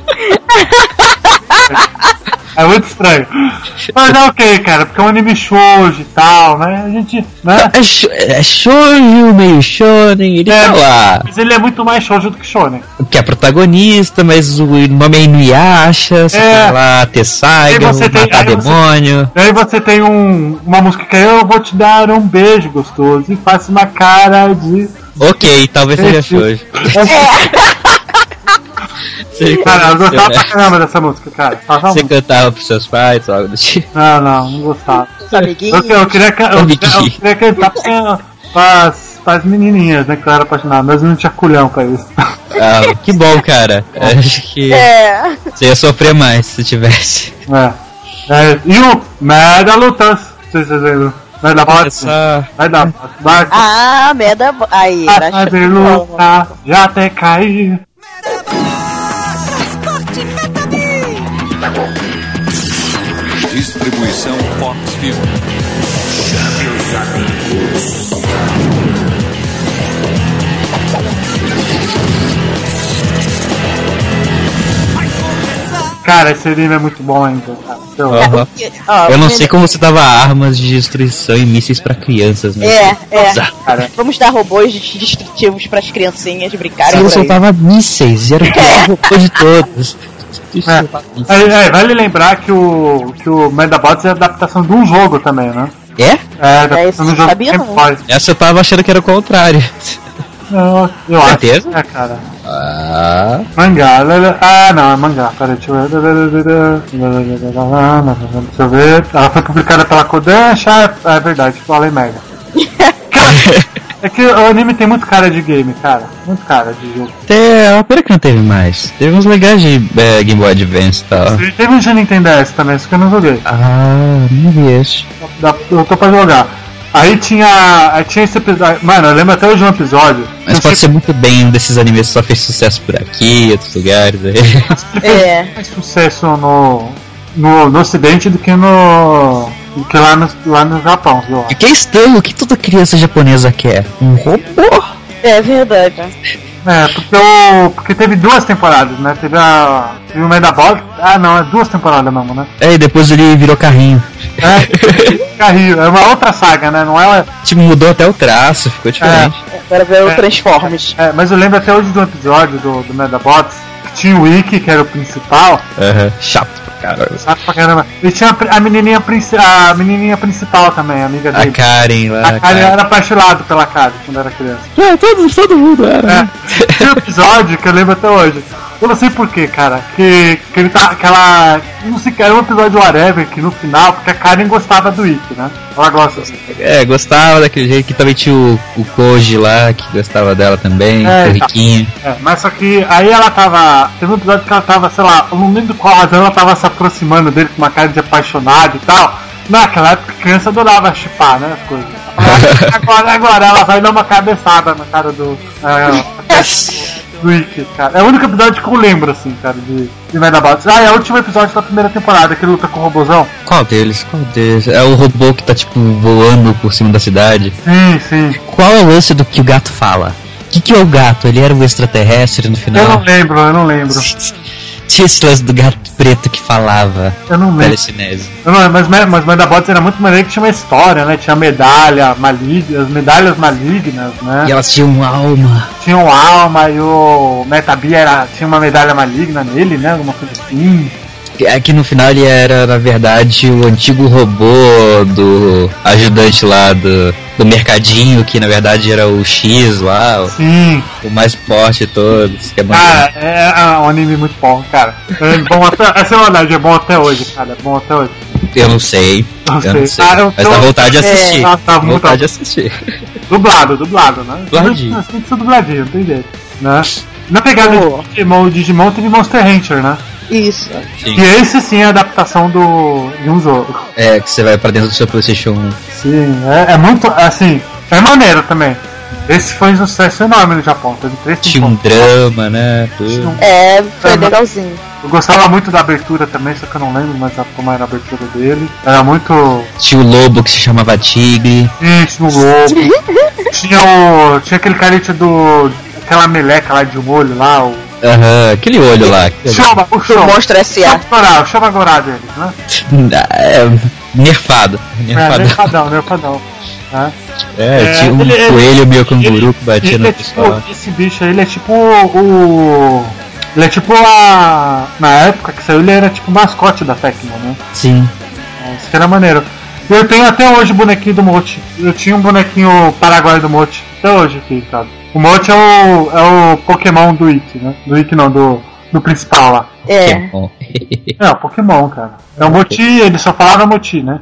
A: É muito estranho. Mas é ok, cara, porque é um anime shoujo e tal, né? A gente. né?
B: é, sho- é shoujo, meio shonen, ele
A: É.
B: tá lá.
A: Mas ele é muito mais shoujo do que shonen.
B: Que é protagonista, mas o nome é Inuyasha, você
A: É.
B: tá lá,
A: Aí
B: Tessaiga, um
A: você tem-
B: matar
A: aí você-
B: demônio.
A: Daí você tem um, uma música que é Eu vou te dar um beijo gostoso e faço uma cara de.
B: Ok, talvez seja shoujo. Você,
A: Cara, eu gostava pra
B: você,
A: caramba dessa música, cara. Tava
B: você
A: muito.
B: cantava pros seus pais, algo do tipo.
A: Não, não, não gostava.
I: Os amiguinhos.
A: Eu, que- eu queria, ca- eu,
B: Ô,
A: queria- eu
B: Vicky.
A: queria cantar pra, pras, pras menininhas, né? Que eu era apaixonado, mas eu não tinha culhão pra isso.
B: Ah, que bom, cara. Acho que
I: É.
B: você ia sofrer mais se tivesse.
A: É. É, e o Mega Lutas, não sei se vocês lembram. Vai dar bote,
B: Essa...
A: vai dar bote. Vai
I: Ah, merda. bo- Aí, era
A: fazer
I: show.
A: Tá luta, já até cair.
H: Transporte Metabim!
J: Distribuição Fox Film.
A: Cara, esse anime é muito bom ainda, cara. Então, Sei lá.
B: Aham. Eu não sei como você dava armas de destruição e mísseis pra crianças, né?
I: É, é.
B: Zá.
A: Cara,
I: Vamos dar robôs destrutivos pras criancinhas brincarem.
B: Você
I: por aí. É.
B: soltava mísseis, e era o pior robô de todos. Ah,
A: Aí, aí, é, vale lembrar que o, que o Medabots é adaptação de um jogo também, né?
B: É?
A: É,
I: É,
A: adaptação
I: isso
A: de um
I: eu
A: jogo
I: sabia
A: que
I: não.
A: pode.
B: Essa eu tava achando que era o contrário.
A: Não, eu acho.
B: Certeza?
A: É, cara.
B: Ah.
A: Mangá. lá, lá, Ah, não, é mangá. Peraí, deixa eu ver. Deixa eu ver. Ela foi publicada pela Kodansha. Ah, é verdade, falei merda. Cara, é que o anime tem muito cara de game, cara. Muito cara de jogo.
B: Até a ópera é que não teve mais. Teve uns legais de eh, Game Boy Advance e tal.
A: Teve um de Nintendo DS também, isso que eu não joguei.
B: Ah, não vi esse.
A: Dá- Eu tô pra jogar. Aí tinha. Aí tinha esse episódio. Mano, eu lembro até hoje de um episódio.
B: Mas pode ser muito bem um desses animes que só fez sucesso por aqui, outros lugares. né? Aí.
I: É.
A: mais sucesso no, no, no ocidente do que no. do que lá no, lá no Japão, eu acho.
B: E que é estranho, o que toda criança japonesa quer? Um robô?
I: É verdade.
A: É, porque o. Porque teve duas temporadas, né? Teve a. Teve o Medabot. Ah não, é duas temporadas mesmo, né?
B: É, e depois ele virou carrinho.
A: É, Carrinho, é uma outra saga, né? Não é,
B: Tipo, mudou até o traço, ficou diferente.
I: Agora veio o Transformers.
A: é, Mas eu lembro até hoje de um episódio do, do Medabots que tinha o Ikki, que era o principal.
B: Aham, Ah. Chato pra caralho.
A: Chato pra caramba. E tinha a, pri- a menininha, princi- a menininha principal também, a amiga
B: A
A: dele.
B: Karen lá.
A: A Karen era apaixonado pela Karen quando era criança.
B: É, todo, todo mundo era. né?
A: É. Tinha um episódio que eu lembro até hoje. Eu não sei porquê, cara. Que, que ele tá. Que ela. Não sei, era um episódio whatever que no final, porque a Karen gostava do Ikki, né? Ela gosta.
B: É, gostava daquele jeito que também tinha o, o Koji lá, que gostava dela também,
A: É,
B: o riquinho.
A: É, mas só que aí ela tava. Teve um episódio que ela tava, sei lá, eu não lembro qual razão ela tava se aproximando dele com uma cara de apaixonado e tal. Naquela época criança adorava chipar, né? As coisas. Agora, agora, ela vai dar uma cabeçada na cara do. é, do Ikki, cara. É o único episódio que eu lembro, assim, cara, de, de Medabots. Ah, é o último episódio da primeira temporada, que ele luta com o robozão.
B: Qual deles? Qual deles? É o robô que tá tipo voando por cima da cidade.
A: Sim, sim.
B: Qual é o lance do que o gato fala? O que, que é o gato? Ele era um extraterrestre no
A: Eu não
B: final?
A: lembro, eu não lembro.
B: Tinha esse lance do gato preto que falava.
A: Eu não é. lembro.
B: Telecinese.
A: Eu não, mas, mas Medabots era muito maneiro que tinha uma história, né? Tinha medalha maligna, as medalhas malignas, né?
B: E elas tinham alma.
A: tinha um alma e o Metabia era, tinha uma medalha maligna nele, né? Alguma coisa assim.
B: É que no final ele era, na verdade, o antigo robô do ajudante lá do, do mercadinho, que na verdade era o X lá, o-
A: Sim.
B: o mais forte de todos. Que é mais-
A: Cara, é ah, um anime muito bom, cara. É bom até, essa é uma verdade, é bom até hoje, cara. É bom até hoje.
B: eu não sei.
A: Não
B: Eu
A: sei.
B: não sei.
A: Ah, eu
B: Mas
A: tô-
B: dá vontade de
A: É,
B: assistir.
A: tá- tá
B: Dá
A: muito-
B: vontade de assistir.
A: Dublado, dublado, né?
B: Dubladinho.
A: Tem que ser dubladinho, não tem jeito. Né? Na pegada de Digimon, o Digimon teve Monster Hunter, né?
I: Isso.
B: Sim.
A: E esse sim é a adaptação do, de um jogo.
B: É, que você vai pra dentro do seu PlayStation 1.
A: Sim, é, é muito. Assim, é maneiro também. Esse foi um sucesso enorme no Japão, teve três
B: Tinha um
A: temporadas.
B: drama, né? Tudo.
I: É, foi
A: É, mas-
I: legalzinho.
A: Eu gostava muito da abertura também, só que eu não lembro mais a- como era a abertura dele. Era muito.
B: Tinha o lobo que se chamava Tigre.
A: Isso, no lobo. tinha o. Tinha aquele carete do. aquela meleca lá de um olho lá, o.
B: Aham, aquele olho lá.
A: Chama, o
I: Do
A: chama.
I: Monstro
C: é.
I: S.A.
A: Chama o chama agora deles, né?
B: É, nerfado.
A: É,
B: Nerfado.
A: nerfadão, nerfadão. Né?
B: É,
A: É,
B: tinha um
A: ele- ele-
B: coelho meio canguru que batia
A: Ele
B: no
A: é tipo,
B: pessoal.
A: esse bicho aí, ele é tipo o. Ele é tipo a. Na época que saiu, ele era tipo o mascote da Tecmo, né? É,
B: Sim.
A: Isso que era maneiro. Eu tenho até hoje o bonequinho do Mote. Eu tinha um bonequinho paraguaio do Mote. Até hoje aqui, cara. O Mote é o, é o Pokémon do Ikki, né? Do Ikki não, do, do principal lá.
I: É.
B: Bom,
A: É, o Pokémon, cara. É o Moti, ele só falava Moti, né?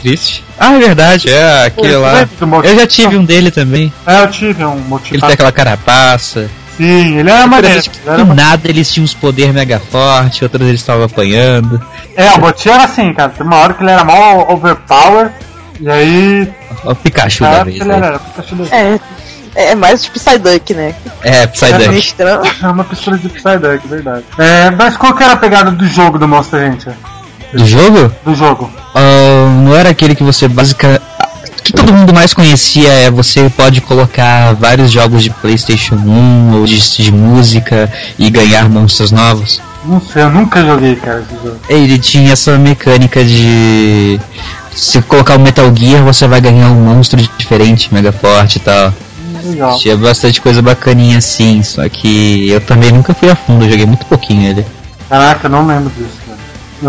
B: triste. Ah, é verdade, é aquele
A: Eu
B: lá.
A: lembro do Moti.
B: Eu já tive um dele também.
A: É, eu tive um Moti.
B: Ele tem aquela carapaça.
A: Sim, ele era maneiro.
B: Parece que
A: ele era
B: do
A: maneiro.
B: nada eles tinham uns poderes mega fortes, outros eles estavam apanhando.
A: É, o Moti era assim, cara. Tem uma hora que ele era mal overpower. E aí.
B: Olha o Pikachu
A: na
B: da
A: época
B: vez.
A: ele
B: né?
A: era. Pikachu da-
I: É, é mais o Psyduck, né?
B: É, Psyduck.
I: Estranho.
A: É uma pistola de Psyduck, verdade. É, mas qual que era a pegada do jogo do Monster Hunter?
B: Do jogo?
A: Do jogo.
B: Ah, não era aquele que você basicamente. que todo mundo mais conhecia é você pode colocar vários jogos de PlayStation 1 ou de, de música e ganhar monstros novos?
A: Não sei, eu nunca joguei, cara, esse jogo.
B: Ele tinha essa mecânica de. Se colocar o Metal Gear, você vai ganhar um monstro diferente, mega forte e tal.
A: Legal.
B: Tinha bastante coisa bacaninha assim, só que eu também nunca fui a fundo, eu joguei muito pouquinho ele.
A: Caraca, eu não lembro disso, cara.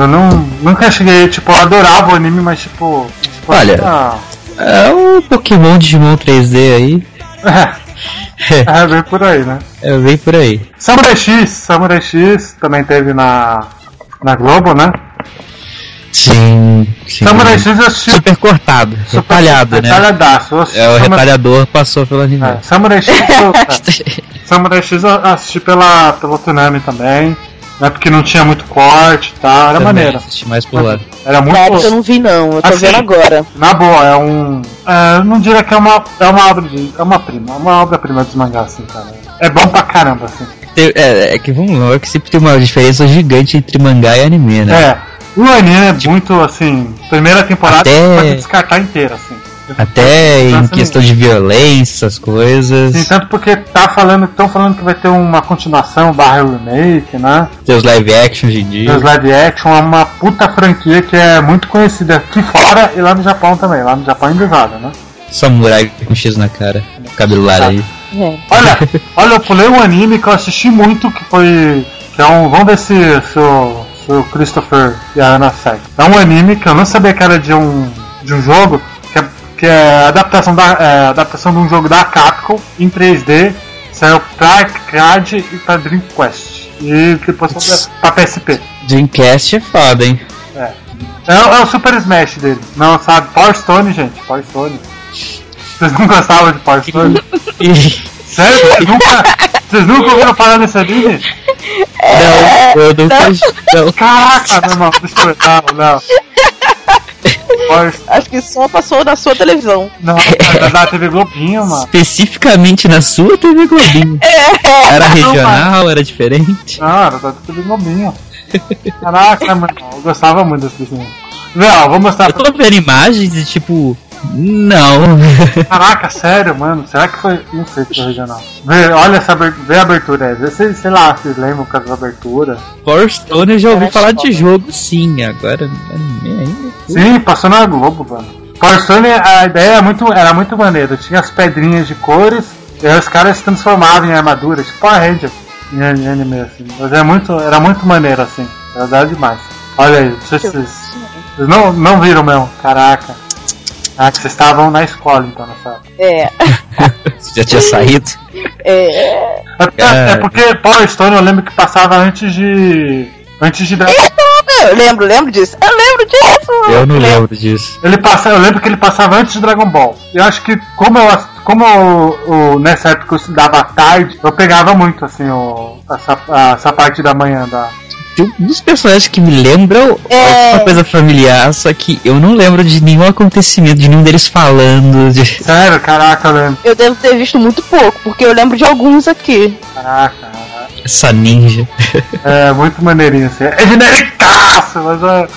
A: Eu não, nunca cheguei, tipo, eu adorava o anime, mas tipo. tipo
B: Olha.
A: ah,
B: É o Pokémon Digimon 3D aí.
A: é bem por aí, né?
B: É bem por aí.
A: Samurai X, Samurai X também teve na, na Globo, né?
B: Sim, sim.
A: Samurai X eu assisti
B: Super cortado, retalhado, né?
A: detalhadaço. Eu assisti
B: É, o
A: Samurai-
B: retalhador passou pelo anime.
A: é, Samurai X. eu- é. Samurai X eu assisti pela, pela Tsunami também. Né, porque não tinha muito corte e tal, era
B: Também
A: maneiro. Ah.
B: assisti mais por lá.
A: Era muito
C: Cara, eu não vi não, eu tô
A: Assim.
C: vendo agora.
A: Na boa, é um. É, eu não diria que é uma, é uma obra de. É uma prima, é uma obra-prima dos mangás, assim, cara. É bom pra caramba, assim.
B: Tem- É, é que vamos lá, é que sempre tem uma diferença gigante entre mangá e anime, né?
A: É. O anime é muito assim. Primeira temporada
B: Tipo- Até-
A: você pode descartar inteira, assim.
B: Até em
A: Nossa,
B: questão de violência, as coisas.
A: Sim, tanto porque tá falando, estão falando que vai ter uma continuação barra remake, né?
B: Tem os live action hoje em
A: E os
B: dia.
A: live action é uma puta franquia que é muito conhecida aqui fora e lá no Japão também. Lá no Japão é invejada, né?
B: Samurai com X na cara. Cabelo laranja.
A: Olha, olha, eu pulei um anime que eu assisti muito, que foi. Que é um. Vamos ver se, se, o, se o Christopher e a Ana segue. É um anime que eu não sabia que era de um. de um jogo, que é, que é adaptação da. é, adaptação de um jogo da Capcom em 3D. Saiu pra CAD e pra Dreamcast. E depois foi pra, pra PSP.
B: Dreamcast é foda, hein?
A: É. É, o- é o Super Smash dele. Não, sabe? Power Stone, gente. Power Stone. Vocês não gostavam de Power Stone? Sério? Vocês nunca, vocês nunca ouviram falar nesse anime?
B: não, eu nunca. Não.
A: Caraca, meu irmão, deixa eu ver. Não, não. Power Stone-
I: Acho que só passou na sua televisão.
A: Não, cara, da TV Globinho, mano.
B: Especificamente na sua TV Globinho. Era regional, era diferente.
A: Não, era da TV Globinho. Caraca, meu irmão, eu gostava muito desse desenho. Não, vou mostrar
B: Eu
A: pra
B: tô vendo imagens e tipo. Não.
A: Caraca, sério, mano. Será que foi. Não sei se foi regional. Vê, olha essa abertura. Vê a abertura aí. Vê se, sei lá, vocês lembram com as aberturas.
B: Power Stone eu já ouvi
A: Parece
B: falar
A: foda.
B: de jogo, sim. Agora, anime ainda.
A: Sim, passou na Globo, mano. Power Stone, a ideia é muito, era muito maneira. Tinha as pedrinhas de cores, e aí os caras se transformavam em armaduras, tipo a Ranger em an- em anime, assim. Mas era muito, era muito maneiro, assim. Era da hora demais. Olha aí, vocês, vocês vocês não, não viram mesmo. Caraca. Ah, que vocês estavam na escola, então, nessa época.
I: É,
B: Você já tinha saído?
I: é.
A: É porque,
B: Cara.
A: é porque Power Stone eu lembro que passava antes de. Antes de Dragon
I: Eu lembro, lembro disso. Eu lembro disso.
B: Eu não lembro disso.
A: Ele passa, eu lembro que ele passava antes de Dragon Ball. Eu acho que como eu, ass- como eu- eu- nessa época eu estudava à tarde, eu pegava muito assim o, essa, a- essa parte da manhã da.
B: Tem um dos personagens que me lembram
I: É.
B: alguma coisa familiar, só que eu não lembro de nenhum acontecimento, de nenhum deles falando. de-
A: Sério, caraca, eu lembro.
I: Eu devo ter visto muito pouco, porque eu lembro de alguns aqui.
A: Caraca.
B: Essa ninja.
A: É muito maneirinho assim. É genericaço, mas é,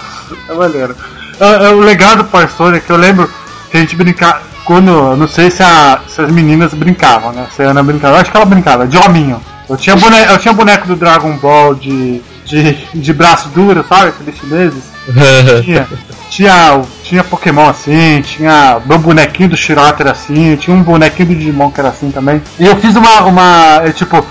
A: é maneiro. É- é o legal do Power Stone é que eu lembro que a gente brincava. Quando. Eu não sei se, a- se as meninas brincavam, né? Se a Ana brincava. Eu acho que ela brincava, de hominho. Eu tinha boneco, eu tinha boneco do Dragon Ball de. de, de braço duro, sabe? Aqueles chineses. Tinha, tinha, o- tinha Pokémon assim, tinha meu bonequinho do Shirota era assim, tinha um bonequinho do Digimon que era assim também. E eu fiz uma. uma é, tipo,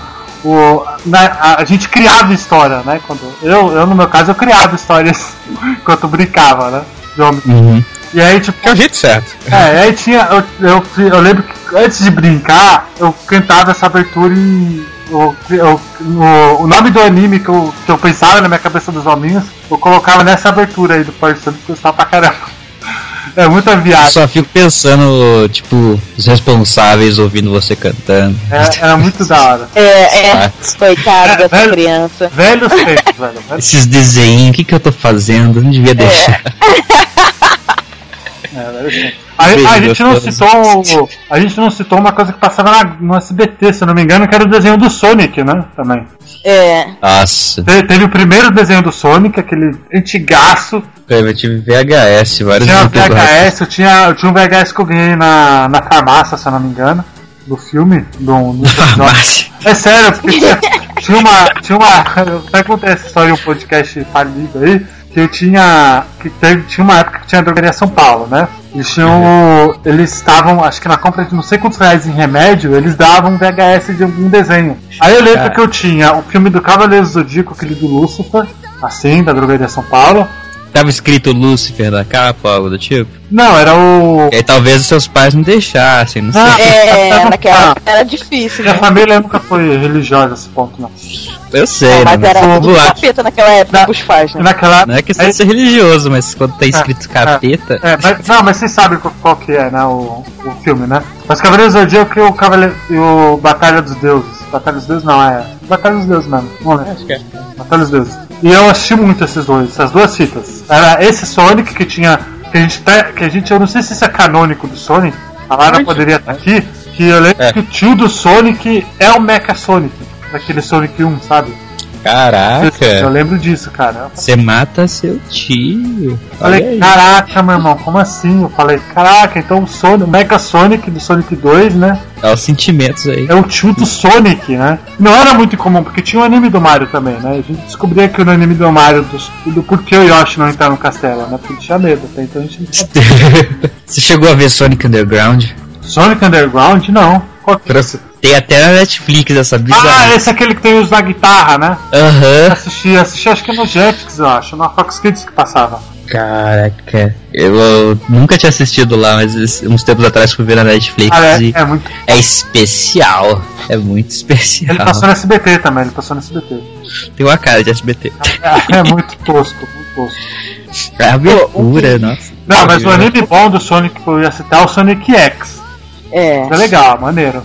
A: o, na- a, a gente criava história, né? Quando, eu, eu, no meu caso, eu criava histórias enquanto brincava, né? de homem.
B: Uhum.
A: E aí, tipo,
B: É o jeito certo.
A: é, aí tinha. Eu, eu, fi- eu lembro que antes de brincar, eu cantava essa abertura e. eu- eu- o, o nome do anime que eu, que eu pensava na minha cabeça dos hominhos, eu colocava nessa abertura aí do Power Stone que eu gostava pra caramba. É muita
B: Eu
A: viagem.
B: só fico pensando, tipo, os responsáveis ouvindo você cantando.
A: É, era muito da hora.
C: É, é, coitado dessa
A: Velho.
C: criança.
A: Velhos tempos, velho. velhos-
B: Esses desenhos, o que, que eu tô fazendo? Não devia deixar.
A: A, a
B: Beijo,
A: gente não
B: gostoso.
A: citou, a gente não citou uma coisa que passava na, no SBT, se eu não me engano, que era o desenho do Sonic, né? Também.
I: É.
B: Nossa.
A: Te- teve o primeiro desenho do Sonic, aquele antigaço.
B: Cara, eu tive VHS, vários
A: Tinha um
B: anos depois.
A: VHS, eu tinha, eu tinha um VHS que eu ganhei na, na farmácia, se eu não me engano, do filme. Do, do
B: Farmácia.
A: É sério, porque tinha, tinha uma. Tinha uma. Vai contar essa história em um podcast falido aí. Que eu tinha. Que teve, tinha uma época que tinha drogaria São Paulo, né? Eles tinham. o- Eles estavam, acho que na compra de não sei quantos reais em remédio, eles davam um VHS de algum desenho. Aí eu lembro
B: Cara.
A: que eu tinha o filme do Cavaleiro Zodíaco, aquele do Lúcifer, assim, da drogaria São Paulo.
B: Tava escrito Lúcifer na capa, algo do tipo.
A: Não, era o.
B: E aí talvez os seus pais não deixassem, não sei.
C: Ah.
A: Não,
I: É,
A: tava-
I: naquela época era difícil,
A: Minha
I: né?
A: família nunca foi religiosa a esse ponto, não.
B: Eu
C: Ah,
B: sei, né?
I: Mas era
B: Mas
I: tudo
B: vamos lá.
I: capeta naquela época
A: Na-
I: que os faz, né?
A: Naquela.
B: Não é questão de ser religioso, mas quando tá escrito capeta.
A: É, mas, não, mas vocês sabem qual, qual que é, né, o, o filme, né? Mas Cavaleiro do Zodíaco e o, Cavaleiro, e o Batalha dos Deuses. Batalha dos Deuses não, é... Batalha dos Deuses mesmo. Vamos ver. Batalha dos Deuses. E eu assisti muito esses dois, essas duas fitas. Era esse Sonic que tinha... Que a gente, tá, que a gente eu não sei se isso é canônico do Sonic. A Lara poderia estar aqui. Que eu lembro
B: É.
A: que o tio do Sonic é o Mecha Sonic. Daquele Sonic 1, sabe?
B: É
A: Eu
B: Caraca,
A: lembro disso, cara.
B: você mata seu tio. Olha
A: Falei,
B: aí. é
A: caraca, meu irmão, como assim? Eu falei, caraca, então o Sonic, o Mega Sonic do Sonic 2, né?
B: Olha os sentimentos aí.
A: É o tio do Sonic, né? Não era muito comum, porque tinha o anime do Mario também, né? A gente descobria que no anime do Mario, do, do porquê o Yoshi não entrar no castelo, né? Porque ele tinha medo, até então a gente não sabia.
B: você chegou a ver Sonic Underground?
A: Sonic Underground, não. Qual que é esse?
B: Tem até na Netflix essa
A: Ah,
B: bizarra.
A: esse é aquele que tem os da guitarra, né?
B: Aham.
A: Assisti, assisti, acho que é no Jetix, eu acho, na Fox Kids que passava.
B: Caraca. Eu, eu nunca tinha assistido lá, mas esse- uns tempos atrás fui ver na Netflix
A: Cara,
B: e
A: é, é muito.
B: é especial. É muito especial.
A: Ele passou no SBT também, ele passou no SBT.
B: Tem uma cara de SBT.
A: É, é muito tosco, muito tosco.
B: É abertura, nossa.
A: Não, mas o anime bom do Sonic que eu ia citar é o Sonic X.
I: É.
A: Isso é legal, maneiro.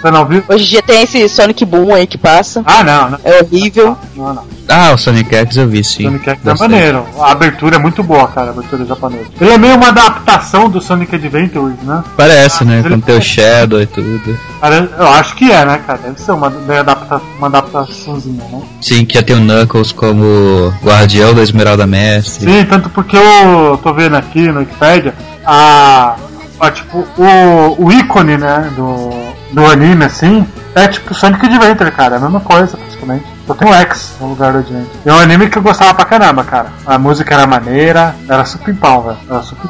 A: Você não viu?
I: Hoje em dia tem esse Sonic Boom aí que passa.
A: Ah, não, não,
I: É horrível.
A: não. não.
B: Ah, o Sonic X eu vi, sim.
A: Sonic X é
B: Gostei.
A: maneiro. A abertura é muito boa, cara, a abertura japonesa. Ele é meio uma adaptação do Sonic Adventures, né?
B: Parece,
A: Ah,
B: né?
A: ele-
B: Com teu Shadow e tudo.
A: Cara, eu acho que é, né, cara? Deve ser uma, bem adapta, uma adaptaçãozinha, né?
B: Sim, que já tem o Knuckles como guardião da Esmeralda Mestre.
A: Sim, tanto porque eu tô vendo aqui no Wikipedia a. a, tipo, o, o ícone, né, do, do anime, assim, é tipo Sonic Adventure, cara. É a mesma coisa, praticamente. Só tem o X no lugar do Adventure. E É um anime que eu gostava pra caramba, cara. A música era maneira, era super pau, velho. Era super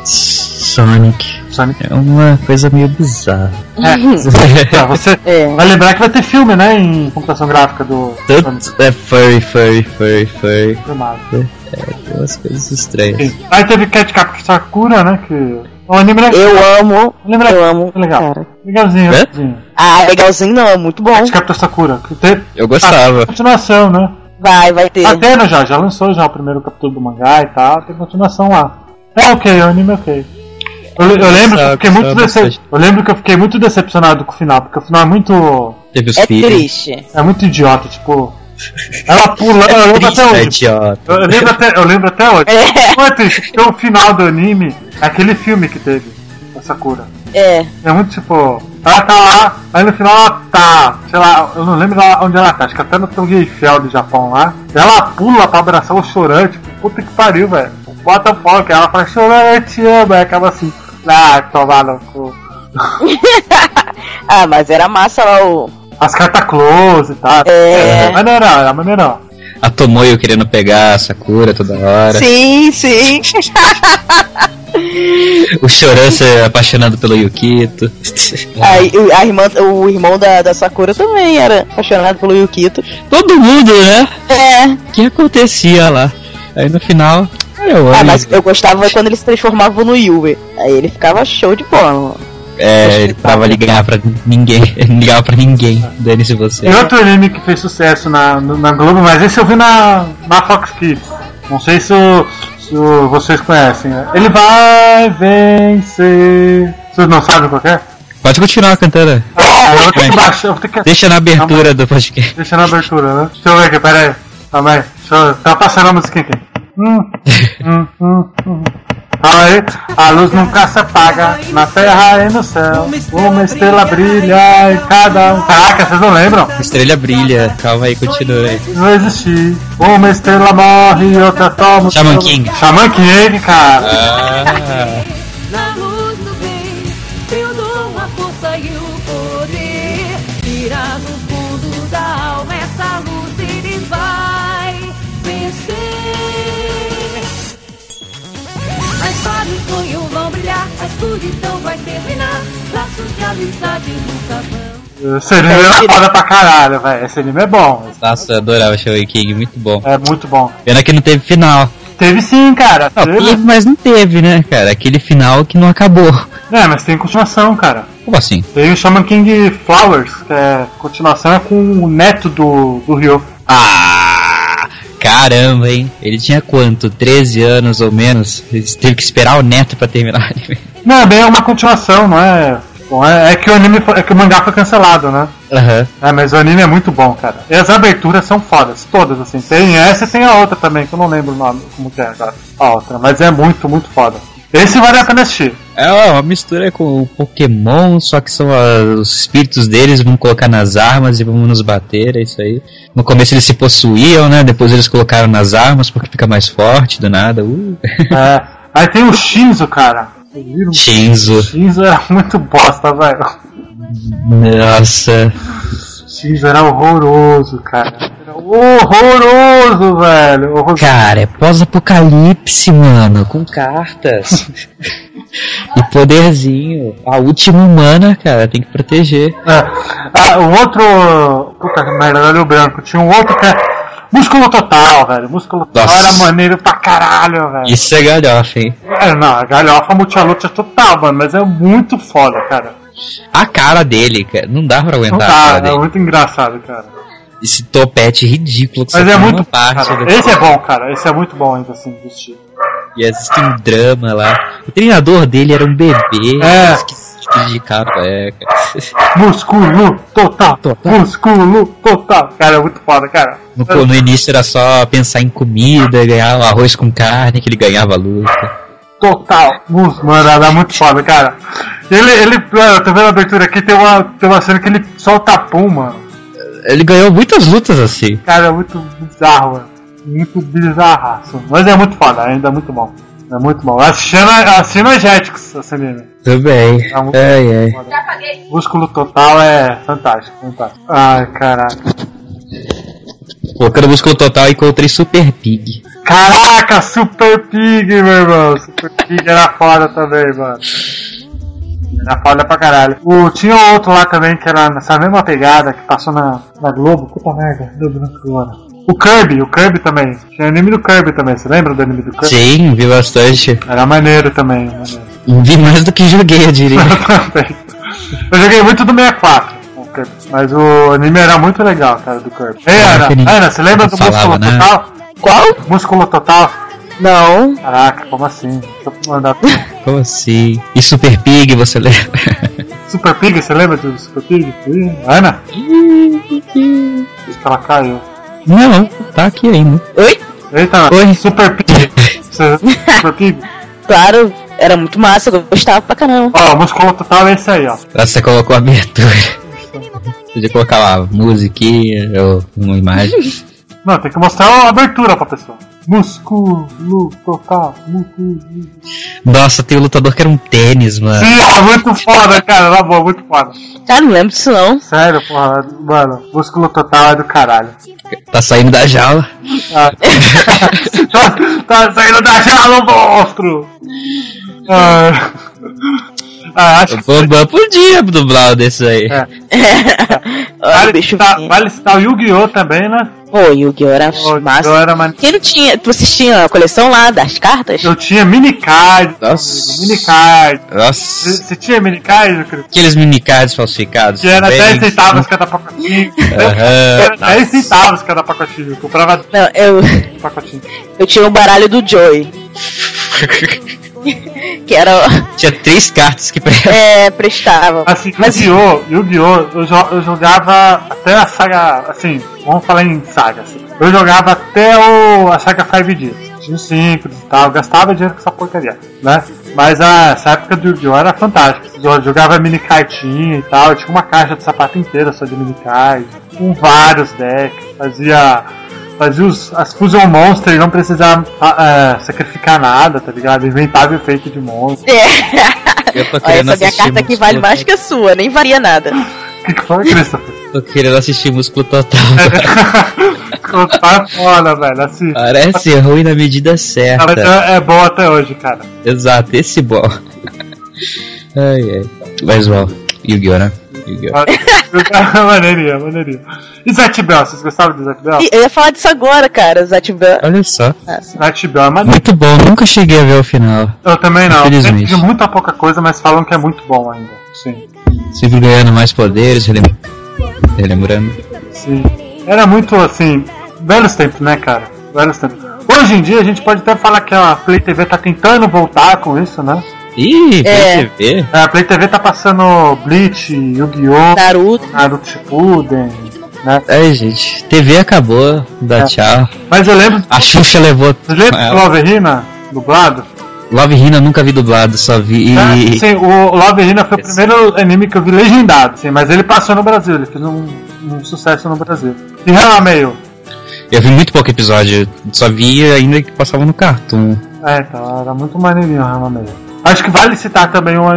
B: Sonic.
A: Sonic.
B: É uma coisa meio bizarra.
A: É. Ah, você
I: É.
A: vai lembrar que vai ter filme, né, em computação gráfica do Sonic
B: Tanto é furry, furry, furry, furry.
A: filmado.
B: Tem umas coisas estranhas.
A: Enfim. Aí teve Cat Capture Sakura, né, que... O anime era
I: Eu amo.
A: Lembra-
I: Eu amo.
A: legal.
I: Cara.
A: legalzinho,
B: É?
A: legalzinho.
I: Ah, legalzinho não, é muito bom.
A: Cat Capture Sakura. que teve-
B: Eu gostava.
A: continuação, né?
I: Vai, vai
C: É.
I: ter.
A: A Atena já, já lançou já o primeiro capítulo do mangá e tal, tem continuação lá. É ok, o anime é ok. Eu, le- eu lembro que eu
B: Sabe,
A: fiquei muito
B: sabe,
A: decep-
B: bastante.
A: eu lembro que eu fiquei muito decepcionado com o final, porque o final é muito
B: Teve os
I: É
B: filhos.
I: triste.
A: é muito idiota, tipo ela pulando, eu lembro até
I: um.
B: Triste, é
A: hoje.
B: idiota.
A: Eu lembro até, eu lembro até hoje.
I: É.
A: Não é triste, porque o final do anime é aquele filme que teve, da Sakura.
I: É.
A: É muito tipo. Ela tá lá, aí no final ela tá. Sei lá, eu não lembro lá onde ela tá, acho que até no Torre Eiffel do Japão lá. Ela pula pra abraçar o chorante, tipo, puta que pariu, velho. Bota foca, ela fala, chorante, te amo, aí acaba assim. Ah, tomar no cu.
I: Ah, mas era massa lá o.
A: As cartas close e tal.
I: É.
A: Maneirão, era maneirão.
B: A Tomoyo querendo pegar a Sakura toda hora.
I: Sim, sim.
B: O Choran se apaixonado pelo Yukito.
A: É.
I: Aí, o- a irmã, o irmão da, da Sakura também era apaixonado pelo Yukito.
B: Todo mundo, né?
I: É.
B: O que acontecia lá? Aí no final. é, Eu
I: Ah,
B: amo.
I: mas eu gostava quando ele se transformava no Yui. Aí ele ficava show de bola.
B: É, ele tava ligando pra ninguém. Ele ligava pra ninguém. Dane-se você.
A: Tem outro anime que fez sucesso na, no- na Globo, mas esse eu vi na, na Fox Kids. Não sei se, o- se o- vocês conhecem. né? Ele vai vencer. Vocês não sabem qual que é?
B: Pode continuar cantando.
A: Ah, eu vou ter que baixar, eu vou ter que
B: Deixa na abertura do podcast.
A: deixar na abertura, né? Deixa eu ver aqui, pera aí. Calma aí. Deixa eu... Tá passando a musiquinha aqui. Hum, hum, hum, hum. Aí, a luz nunca se apaga, na terra e no céu. Uma estrela brilha em cada um. Caraca, vocês não lembram?
B: Estrela brilha, calma aí, continua aí.
A: Não existe. Uma estrela morre e outra toma.
B: Shaman King.
A: Shaman King, cara.
B: Ah.
H: Na luz do bem, eu dou a força e o poder. Tira do fundo da alma essa luz e ele vai vencer. Mas para o sonho vão brilhar, a escuridão vai terminar. Laços de amizade nunca vão.
A: Esse anime é foda pra caralho, velho. Esse anime é bom.
B: Nossa, eu adorava Shaman King, muito bom.
A: É muito bom.
B: Pena que não teve final.
A: Teve sim, cara.
B: Não,
A: Teve.
B: teve, É, mas não teve, né, cara? Aquele final que não acabou.
A: É, mas tem continuação, cara.
B: Como assim?
A: Tem o Shaman King Flowers, que é continuação é com o neto do, do Ryo.
B: Ah! Caramba, hein? Ele tinha quanto? 13 anos ou menos? Ele teve que esperar o neto pra terminar o anime.
A: Não, é bem uma continuação, não é? Bom, é, é que o anime foi- é que o mangá foi cancelado, né?
B: Aham.
A: É, mas o anime é muito bom, cara. E as aberturas são fodas, todas assim. Tem essa e tem a outra também, que eu não lembro o nome, como que é agora. A outra, mas é muito, muito foda. Esse vale a pena assistir.
B: É uma mistura com o Pokémon, só que são a- os espíritos deles, vão colocar nas armas e vão nos bater, é isso aí. No começo eles se possuíam, né? Depois eles colocaram nas armas porque fica mais forte do nada. Uh.
A: É. Aí tem o Shinzo, cara. Vocês viram?
B: Shinzo.
A: Shinzo era muito bosta, velho.
B: Nossa.
A: Shinzo era horroroso, cara. Era horroroso, velho. Horroroso.
B: Cara, é pós-apocalipse, mano. Com cartas. e poderzinho. A última humana, cara, tem que proteger.
A: É. Ah, o outro. Puta que merda, olho branco. Tinha um outro que é. Músculo total, velho. Músculo total
B: Nossa.
A: era maneiro pra caralho, velho.
B: Isso é galhofa, hein?
A: É, não, a galhofa multialuta total, mano, mas é muito foda, cara.
B: A cara dele, cara, não dá
A: Não
B: pra aguentar
A: dá,
B: a cara
A: é
B: dele.
A: muito engraçado, cara.
B: Esse topete ridículo que
A: Mas
B: só
A: é
B: tem
A: muito
B: uma parte
A: cara,
B: do-
A: Esse é bom, cara. Esse é muito bom ainda, assim, do estilo.
B: E assiste um drama lá. O treinador dele era um bebê.
A: É.
B: Esquisito de capa, é, cara.
A: Músculo total,
B: Total.
A: músculo total. Cara, é muito foda, cara.
B: No, co- no início era só pensar em comida, ganhar o arroz com carne, que ele ganhava a luta.
A: Total. Músculo, mano, era muito foda, cara. Ele, ele, mano, eu tô vendo a abertura aqui, tem uma, tem uma cena que ele solta pum, mano.
B: Ele ganhou muitas lutas assim.
A: Cara, é muito bizarro, mano. Muito bizarraço. Mas é muito foda, ainda é muito bom. É muito bom. Assina, assina é Jetix, esse anime.
B: Também.
A: É muito
B: Ai, ai.
A: Músculo total é fantástico, fantástico. Ai, caraca.
B: Colocando músculo total, encontrei Super Pig.
A: Caraca, Super Pig, meu irmão. Super Pig era foda também, mano. Era foda pra caralho. O, tinha outro lá também que era nessa mesma pegada que passou na, na Globo. Puta merda, deu branco agora. O Kirby, o Kirby também. Tinha anime do Kirby também. Você lembra do anime do Kirby?
B: Sim, vi bastante.
A: Era maneiro também. Maneiro.
B: Vi mais do que joguei, eu diria.
A: Também. Eu joguei muito do 64. o Kirby, Mas o anime era muito legal, cara, do Kirby. Ei,
B: Ah,
A: Ana,
B: aquele-
A: Ana, você lembra do
B: falava,
A: Músculo
B: né?
A: Total?
I: Qual?
A: Músculo Total?
I: Não.
A: Caraca, como assim? Deixa eu mandar.
B: Como assim? E Super Pig, você lembra?
A: Super Pig, você lembra do Super Pig? Ih, Ana? Acho que ela caiu.
B: Não, tá aqui ainda.
I: Oi?
A: Eita,
B: Oi.
A: Super Pig. Você- Super Pig?
I: Claro, era muito massa, eu gostava pra caramba.
A: Ó, o Músculo Total é esse aí, ó.
B: Ah, Você colocou a abertura. Podia colocar lá musiquinha ou uma imagem.
A: Não, tem que mostrar a abertura pra pessoa. Músculo Total. Músculo.
B: Nossa, tem um lutador que era um tênis, mano.
A: Sim, ó, muito foda, cara. Na boa, muito foda.
I: Cara, Ah, não lembro disso não.
A: Sério, porra, mano, músculo total é do caralho.
B: Tá saindo da jaula.
A: Ah. tá, tá saindo da jaula, monstro! Ah, ah, acho que
B: O Bambam podia dublar um desses aí.
A: É.
I: Olha o
A: vale
I: bicho
B: tá,
A: citar,
I: vinha.
A: vale citar o Yu-Gi-Oh! também, né?
I: Pô, Yu-Gi-Oh! era
A: O Yu-Gi-Oh!
I: massa.
A: era man...
I: Quem não tinha. Vocês tinham a coleção lá das cartas?
A: Eu tinha minicard,
B: Nossa.
A: minicard.
B: Nossa.
A: Você tinha minicard, meu querido?
B: Aqueles minicards falsificados.
A: Que era
B: também. né?
A: 10 centavos cada pacotinho. Era
B: Aham.
A: 10 centavos cada pacotinho. Eu comprava
I: Não, eu,
A: 10 pacotinhos.
I: eu tinha o baralho do Joey. que era.
B: Tinha três cartas que pegavam.
I: É, prestava.
B: Ah.
A: Assim, Yu-Gi-Oh! Yu-Gi-Oh! Eu, jo- eu jogava até a saga. Assim, vamos falar em saga. assim. Eu jogava até o, a saga 5 Dias. tinha simples e tal, gastava dinheiro com essa porcaria, né? Mas a, essa época do Yu-Gi-Oh! era fantástica. Eu jogava mini cartinha e tal, eu tinha uma caixa de sapato inteira só de mini card, com vários decks, fazia. Fazia os, as Fusion Monsters não precisava ah, ah, sacrificar nada, tá ligado? Inventava efeito de monstro.
B: Eu tô
I: É. Olha,
B: querendo
I: essa minha
B: assistir
I: carta aqui vale
B: músculo-
I: mais que a sua, nem varia nada.
A: O que foi, Christopher?
B: Tô querendo assistir músculo total.
A: tá foda, velho. Assim,
B: Parece ruim na medida
A: cara,
B: certa.
A: é, é bom até hoje, cara.
B: Exato, esse bom. Ai, ai. Mas, ó, Yu-Gi-Oh, né? Yu-Gi-Oh.
A: maneirinha, maneirinha. E Zet Bell, vocês gostavam de Zet Bell?
B: Ah.
I: E eu ia falar disso agora, cara, ah, Zatibel.
B: Olha só.
I: assim,
A: Zet Bell é maneiro.
B: Muito bom, nunca cheguei a ver o final.
A: Eu também não.
B: Infelizmente.
A: Eu muita pouca coisa, mas falam que é muito bom ainda. Sim,
B: Sempre ganhando mais poderes, relem- relembrando.
A: sim. Era muito assim. Velhos tempos, né, cara? Velhos tempos. Hoje em dia a gente pode até falar que a Play TV tá tentando voltar com isso, né?
B: Ih,
I: É.
B: PTV?
A: É, A Play TV tá passando Bleach, Yu-Gi-Oh!
C: Tá.
I: Naruto.
A: Naruto Shippuden, né?
B: Ai, gente, TV acabou, dá
A: É.
B: tchau.
A: Mas eu lembro.
B: A Xuxa levou.
A: Vocês lembram do
B: Ela-
A: Love Hina? Dublado?
B: Love Hina eu nunca vi dublado, só vi.
A: Ah, sim, o Love Hina foi o primeiro anime que eu vi legendado, sim, mas ele passou no Brasil, ele fez um, um sucesso no Brasil. E Hamameio?
B: Eu vi muito pouco episódio, só vi ainda que passava no Cartoon.
A: É, então, era muito maneirinho o Hamameio. Acho que vale citar também um,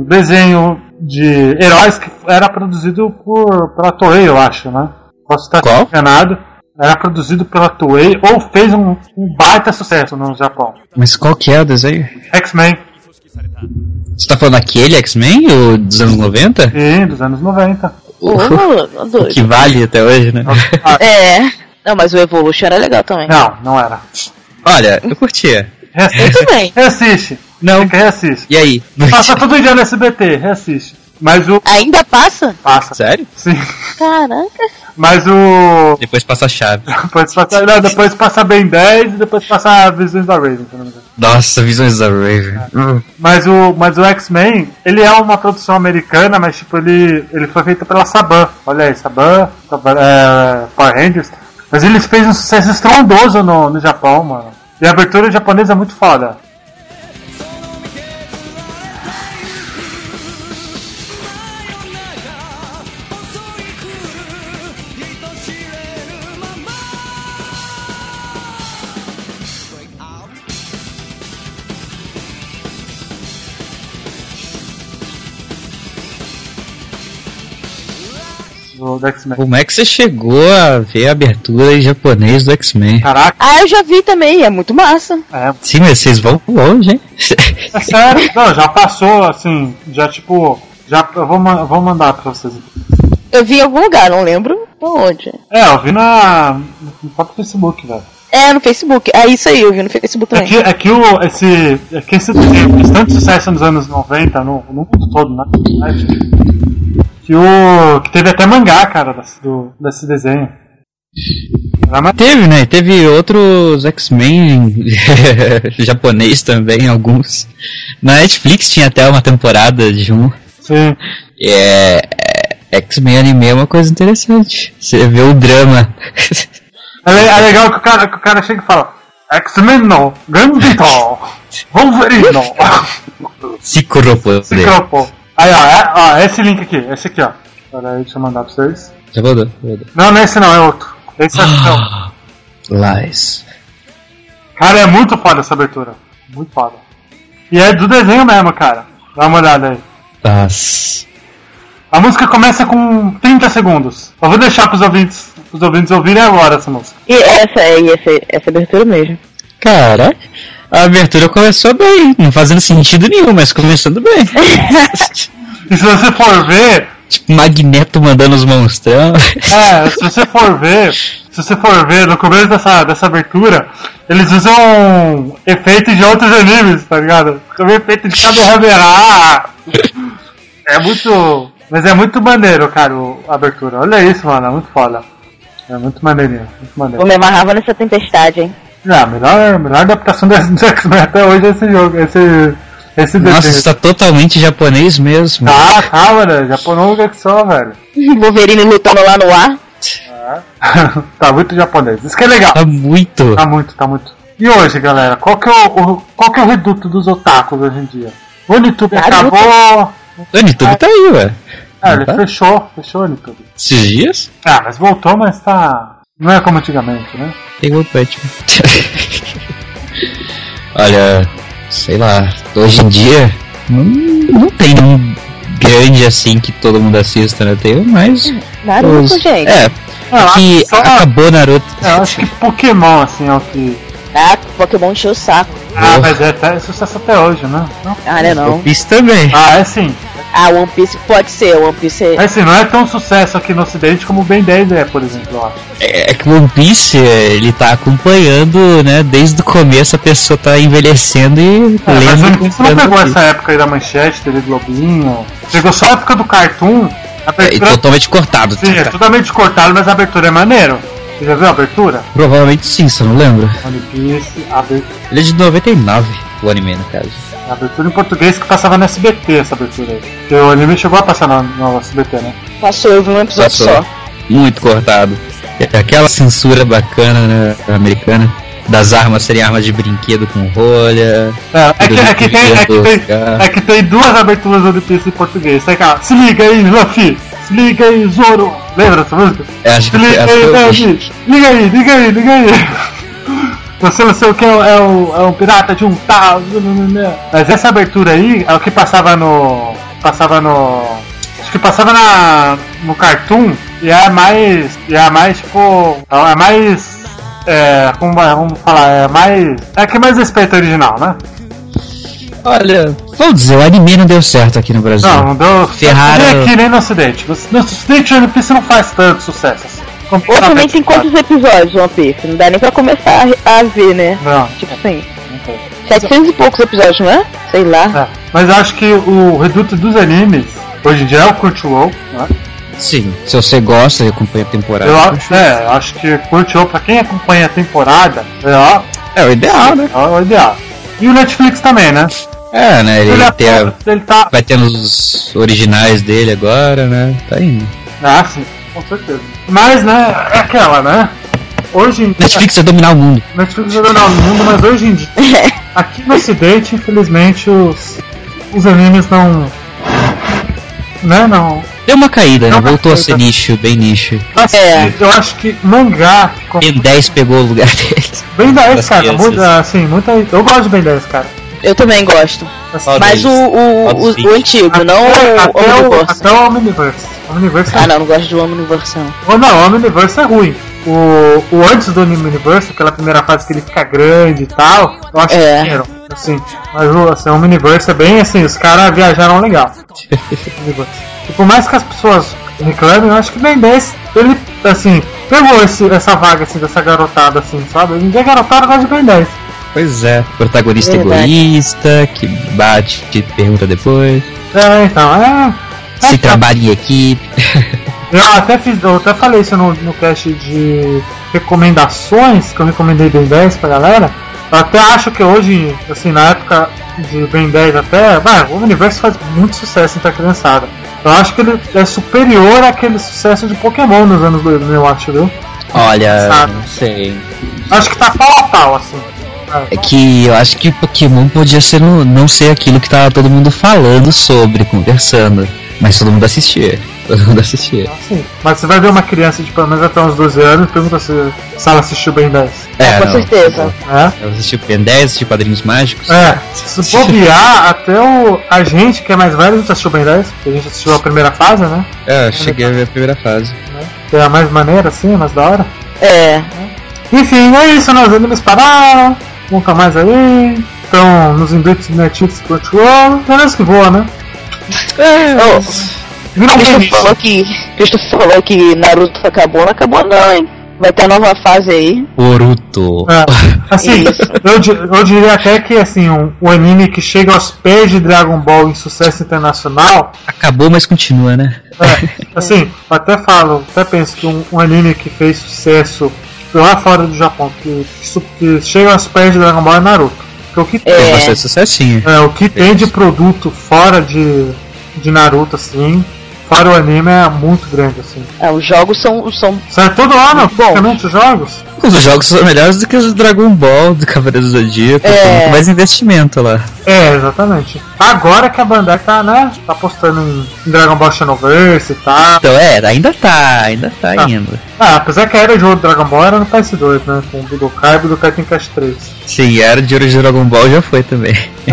A: um desenho de heróis que era produzido por, pela Toei, eu acho, né? Posso estar
B: Qual?
A: enganado. Era produzido pela Toei ou fez um, um baita sucesso no Japão.
B: Mas qual que é o desenho?
A: X-Men,
B: Você tá falando aquele X-Men ou dos anos 90?
A: sim, dos anos 90.
I: Ô, maluco,
B: O que
I: doido.
B: vale até hoje, né?
A: Ah,
I: É. Não, mas o Evolution era legal também.
B: Ah.
A: não, não era.
B: Olha, eu curtia.
A: Reassiste.
I: Tudo bem.
A: Reassiste.
B: Não.
A: Fica, reassiste.
B: E aí?
A: Passa todo dia tá no SBT, reassiste. Mas o.
I: Ainda passa?
A: Passa.
B: Sério?
A: Sim.
I: Caraca.
A: Mas o.
B: Depois passa a chave.
A: Depois passa, não, depois passa bem 10 e depois passa Visões da Raven, se não me engano.
B: Nossa, visões da Raven. Hum.
A: Mas o, mas o X-Men, ele é uma produção americana, mas tipo, ele, ele foi feito pela Saban. Olha aí, Saban, Saban, é, Power Rangers. Mas ele fez um sucesso estrondoso no, no Japão, mano. E a abertura japonesa é muito foda. Do, do X-Men.
B: Como é que você chegou a ver a abertura em japonês do X-Men?
A: Caraca,
I: Ah, eu já vi também, é muito massa.
A: é,
B: Sim, mas vocês vão longe, hein?
A: É sério, não, já passou, assim, já tipo. Já, eu vou, ma- eu vou mandar pra vocês.
I: Eu vi em algum lugar, não lembro onde.
A: É, eu vi na. no próprio Facebook, velho.
I: É, no Facebook. É isso aí, eu vi no Facebook
A: É que,
I: também.
A: é que o, esse. É que esse desenho fez tanto sucesso nos anos 90, no, no mundo todo, na verdade. Que o. que teve até mangá, cara, desse, do, desse desenho. é Era ma-
B: Teve, né? Teve outros X-Men japonês também, alguns. Na Netflix tinha até uma temporada de um.
A: Sim.
B: É, é, X-Men anime é uma coisa interessante. Você vê o drama.
A: É, le- é legal que o, cara, que o cara chega e fala. X-Men não, Gambito, Wolverine não. Se
B: Cicropoder.
A: cropou. Aí, ó, é, ó, esse link aqui, esse aqui, ó. Pera aí, deixa eu mandar pra vocês.
B: Já mandou, já mandou.
A: Não, não é esse não, é outro. Esse é não.
B: Lies.
A: Cara, é muito foda essa abertura. Muito foda. E é do desenho mesmo, cara. Dá uma olhada aí.
B: Das.
A: A música começa com 30 segundos. Eu vou deixar pros ouvintes, pros ouvintes ouvirem agora essa música.
I: E essa é e essa, essa abertura mesmo.
B: Cara, a abertura começou bem, não fazendo sentido nenhum, mas começando bem.
A: E se você for ver,
B: tipo, Magneto mandando os monstrão.
A: É, se você for ver, se você for ver, no começo dessa, dessa abertura, eles usam efeitos de outros animes, tá ligado? Como efeito de Kamehameha. É muito. Mas é muito maneiro, cara, o- a abertura. Olha isso, mano, é muito foda. É muito maneirinho,
I: Eu
A: muito maneiro.
I: me amarrava nessa tempestade, hein?
A: É, a melhor, a melhor adaptação do X-Men até hoje é esse jogo, esse. Esse
B: Nossa,
A: desenho.
B: isso tá totalmente japonês mesmo.
A: Tá, tá, mano, japonês que só, velho.
I: Wolverine lutando lá no ar.
A: tá muito japonês. Isso que é legal.
B: Tá muito.
A: Tá muito, tá muito. E hoje, galera, qual que é o, o- qual que é o reduto dos otakus hoje em dia? O Unitube
B: Naruto.
A: acabou.
B: O Anitube tá aí, ué.
A: Ah, ele
B: Tá?
A: fechou, fechou o Unitube.
B: Esses dias?
A: Ah, mas voltou, mas tá. Não é como antigamente, né?
B: Pegou o pet. Olha, sei lá, hoje em dia não, não tem um grande assim que todo mundo assista, né? Tem
A: É,
B: mais.
A: Naruto,
B: os-
A: um gente.
B: É.
A: Ah,
B: que
A: só- Ah,
B: acabou Naruto.
A: Eu acho que Pokémon, assim, é o que.
I: Ah, Pokémon encheu o saco.
B: Oh.
A: Ah, mas é até, é sucesso até hoje, né? Não.
I: Ah, né não?
B: Isso também.
A: Ah, é sim.
I: Ah, One Piece pode ser, One Piece é...
A: É sim, não é tão sucesso aqui no ocidente como o Ben 10 é, por exemplo, eu acho.
B: É é que o One Piece, é, ele tá acompanhando, né? Desde o começo a pessoa tá envelhecendo e
A: É, mas
B: lendo. e
A: você não
B: comprando
A: pegou
B: aquilo.
A: essa época aí da manchete, TV Globinho. Pegou só a época do cartoon. A
B: É, e
A: abertura,
B: totalmente cortado.
A: né? sim, é totalmente cortado, mas a abertura é maneiro. Você já viu a abertura?
B: Provavelmente sim, só não lembro.
A: One Piece, a abertura.
B: Ele é de 99, o anime, no caso.
A: A abertura em português que passava no SBT, essa abertura aí. Porque o anime chegou a passar no, no SBT, né?
I: Passou, eu vi um episódio
B: Passou. Tá,
I: só.
B: Muito cortado. É Aquela censura bacana, né, americana. Das armas serem armas de brinquedo com rolha.
A: É, é que, é, que tem, é, que tem, é que tem duas aberturas do One Piece em português. Tem aquela, se liga aí, Luffy! Se liga aí, Zoro! Lembra dessa música?
B: É, acho
A: Se
B: que
A: liga
B: acho que
A: aí,
B: eu-
A: Ned! Liga aí, liga aí, liga aí! Você não sei o que é, um- é um, é um pirata de um tal. nananã. né. Mas essa abertura aí é o que passava no. Passava no. Acho que passava na, no Cartoon e é mais. E é mais tipo. É mais. É, como vai- vamos falar? É mais. É que mais respeita o original, né?
B: Olha, vamos dizer, o anime não deu certo aqui no Brasil.
A: Não, não deu. é
B: Ferraram-
A: Nem aqui, nem no Ocidente. No, no Ocidente o One Piece não faz tanto sucesso assim.
B: tá
A: Como-
I: Hoje nem tem quantos episódios One Piece, não dá nem pra começar a, a ver, né?
A: Não.
I: Tipo assim, 700 e poucos episódios, não é? Sei lá.
A: É, mas eu acho que o reduto dos animes, hoje em dia é o Crunchyroll, né?
B: Sim, se você gosta, acompanha a temporada.
A: Eu acho, é, eu acho que Crunchyroll, pra quem acompanha a temporada, é, ó,
B: É o ideal, né?
A: é o ideal. E o Netflix também, né?
B: É, né? Ele,
A: Ele
B: tem a-
A: Ele tá.
B: vai tendo os originais dele agora, né? Tá indo.
A: Ah, sim, com certeza. Mas, né, é aquela, né? Hoje em dia.
B: Netflix vai dominar o mundo.
A: Netflix vai dominar o mundo, mas hoje em dia. Aqui no ocidente, infelizmente, os, os animes não. Né, não.
B: Deu uma caída, né?
A: Não,
B: Voltou a
A: mas-
B: ser nicho, bem nicho.
A: Assim, Eu acho que mangá ficou
B: Ben 10 pegou o lugar dele.
A: Ben 10,
B: Das
A: cara,
B: crianças.
A: muda, assim, muita. Eu gosto de Ben 10, cara. Assim,
I: Eu também gosto.
B: Qual
I: Mas
B: deles?
I: o, o,
B: Qual dos
I: o, o
B: vinte?
I: antigo, não o
A: até o,
I: Omniverse.
A: até o Omniverse. O Omniverse
I: Ah,
A: é,
I: não, não gosto do Omniverse, não.
A: ou não, o Omniverse é ruim. O, o antes do Omniverse, aquela primeira fase que ele fica grande e tal, eu acho
I: É.
A: maneiro, Assim, mas o, assim, o Omniverse é bem assim, os caras viajaram legal. Omniverse. e por mais que as pessoas reclamem, eu acho que Ben 10, ele, assim, pegou esse, essa vaga, assim, dessa garotada, assim, sabe? Ninguém é garotada, gosta de Ben 10.
B: Pois é. Protagonista
I: Verdade.
B: egoísta, que bate, que pergunta depois.
A: É, então, é.
B: Se trabalha em equipe.
A: Eu até fiz, eu até falei isso no, no cast de recomendações, que eu recomendei Ben 10 pra galera. Eu até acho que hoje, assim, na época de Ben 10 até, vai, o universo faz muito sucesso entre a criançada. Eu acho que ele é superior àquele sucesso de Pokémon nos anos 2000, eu acho, viu?
B: Olha,
A: Sabe.
B: não sei.
A: Acho que tá pau a pau, assim.
B: É que eu acho que Pokémon podia ser no- não ser aquilo que tava todo mundo falando sobre, conversando. Mas todo mundo assistia. Todo mundo assistia.
A: assim. Mas você vai ver uma criança de pelo menos até uns 12 anos e pergunta se, se ela assistiu Ben 10.
B: É,
I: com
B: não.
I: certeza.
A: Né?
B: Eu assisti Ben 10, assisti Padrinhos Mágicos.
A: É, se bobear, até o, a gente que é mais velho, a gente assistiu Ben 10, porque a gente assistiu a primeira fase, né?
B: É, eu cheguei a ver a primeira fase.
A: Que é a mais maneira, assim, mais da hora.
I: É,
A: Enfim, é isso, nós animes pararam, nunca mais aí. Então, nos inventos do Netflix e Crunchyroll, menos que voa, né? um
I: Ô,
A: Viram bem
I: Cristo
A: isso.
I: falou que. Cristo falou que Naruto acabou, não acabou não, hein? Vai ter a nova fase aí.
B: Boruto.
A: É, assim, eu, di- eu diria até que assim, um, um anime que chega aos pés de Dragon Ball em sucesso internacional
B: Acabou, mas continua, né?
I: um-
A: É, assim, eu até falo, até penso que um, um anime que fez sucesso lá fora do Japão, que, su- que chega aos pés de Dragon Ball é Naruto. Porque o que
I: É.
A: tem,
B: Fez bastante sucessinho.
A: é, o que tem de produto fora de, de Naruto, assim, fora o anime é muito grande, assim.
I: Ah, os jogos são. são
A: Sai todo ano,
I: Muito bom.
A: praticamente, os jogos.
B: Os Um jogos são melhores do que os do Dragon Ball, do Cavaleiro do Zodíaco,
A: É.
B: tem muito mais investimento lá.
A: É, exatamente. Agora que a Bandai tá, né? Tá apostando em em Dragon Ball Xenoverse e tal.
B: Então é, ainda tá, ainda tá
A: Ah.
B: ainda.
A: Ah, apesar que a era de ouro do Dragon Ball era no PS2, né? Com o Budokai e Budokai Tenkaichi 3.
B: Sim, a era de ouro de Dragon Ball já foi também.
A: É. é,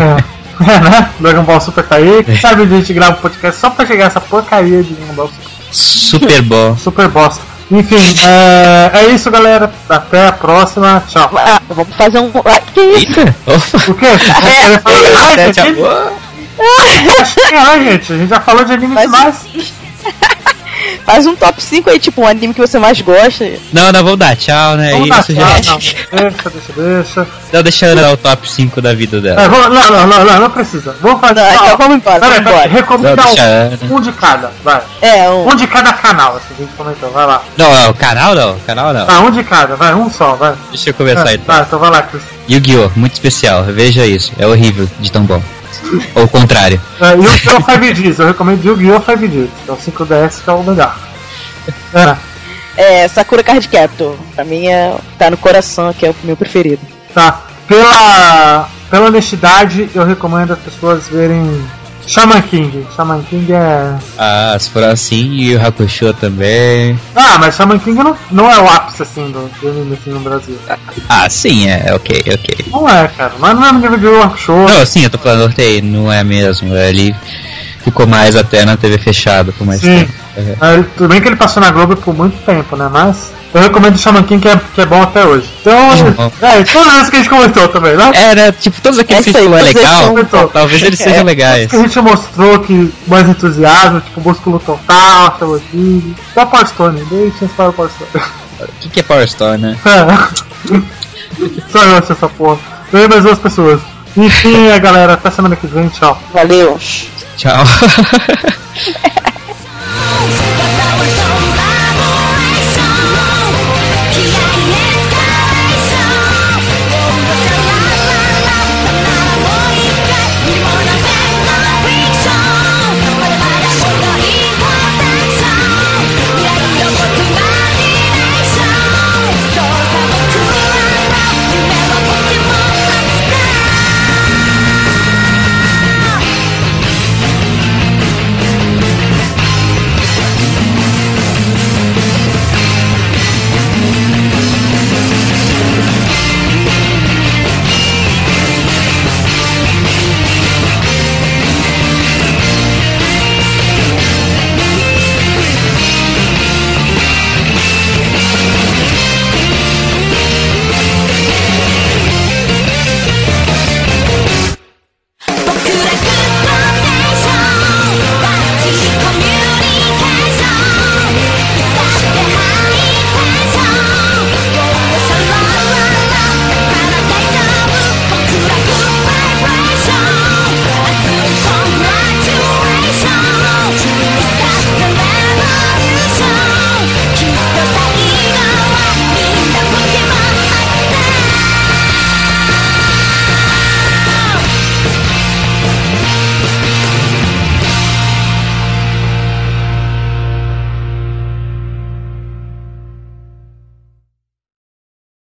A: né? Dragon Ball Super tá aí. Quem sabe a gente grava um podcast só pra chegar essa porcaria de Dragon Ball Super.
B: Super Ball.
A: Super bosta. Enfim, é, é isso, galera. Até a próxima. Tchau.
C: vamos fazer um. Ah, que isso?
A: O quê? Você falou
C: Eita,
A: mais,
C: tchau.
A: gente? Ah, gente, a gente já falou de anime demais.
I: Faz um top 5 aí, tipo, um anime que você mais gosta.
B: Não, não, vamos dar tchau,
I: é
B: né?
A: Vamos
B: Isso
A: dar tchau,
B: já.
A: não. Deixa, deixa, deixa.
B: Não, deixa ela dar o top 5 da vida
A: É,
B: dela.
A: vamos- não, não, não, não, não precisa. Vamos fazer.
I: Não, então vamos embora, vamos
A: Peraí, peraí,
I: embora.
A: recomendar
B: Não,
A: um,
B: deixa, né?
A: um de cada, vai.
I: É, um.
A: Um de cada canal, assim, a gente comentou, vai lá.
B: Não, não, canal não, canal não.
A: Tá, um de cada, vai, um só, vai.
B: Deixa eu começar
A: É,
B: então.
A: Tá, então vai lá, Cris.
B: Yu-Gi-Oh! Muito especial, veja isso. É horrível de tão bom. Ou o contrário.
A: É, Yu-Gi-Oh! 5Ds, eu recomendo Yu-Gi-Oh! 5Ds, que é o 5DS que é o melhor. É,
I: É, Sakura Card Captor. Pra mim é, tá no coração, que é o meu preferido.
A: tá. Pela, pela honestidade, eu recomendo as pessoas verem Shaman King. Shaman King é.
B: Ah, se for assim, e o Hakusho também.
A: Ah, mas Shaman King não, não é o ápice assim do, do anime assim, no Brasil.
B: Ah, sim, é, é ok, ok.
A: Não é, cara. Mas não é no nível de World Show.
B: Não, sim, eu tô falando ok, não é mesmo. Ele ficou mais até na TV fechada por mais
A: Sim.
B: tempo. É.
A: Ah, ele- Tudo bem que ele passou na Globo por muito tempo, né? Mas eu recomendo o Shaman King, que é, que é bom até hoje. Então,
B: Uhum.
A: é, todas as que a gente comentou também, né?
B: Era, tipo, todos aqueles
I: É
B: que
I: isso aí,
B: falou é
I: todos
B: legal,
A: eles são-
B: talvez eles sejam
I: É.
B: legais.
A: Que a gente mostrou que mais entusiasmo, tipo, músculo total, Shaman King. Só Power Stone, deixa para o Power Stone.
B: O que, que é Power Store, né?
A: Só eu acho essa porra. Eu e mais duas pessoas. Enfim, galera, até semana que vem, tchau.
I: Valeu.
B: Tchau.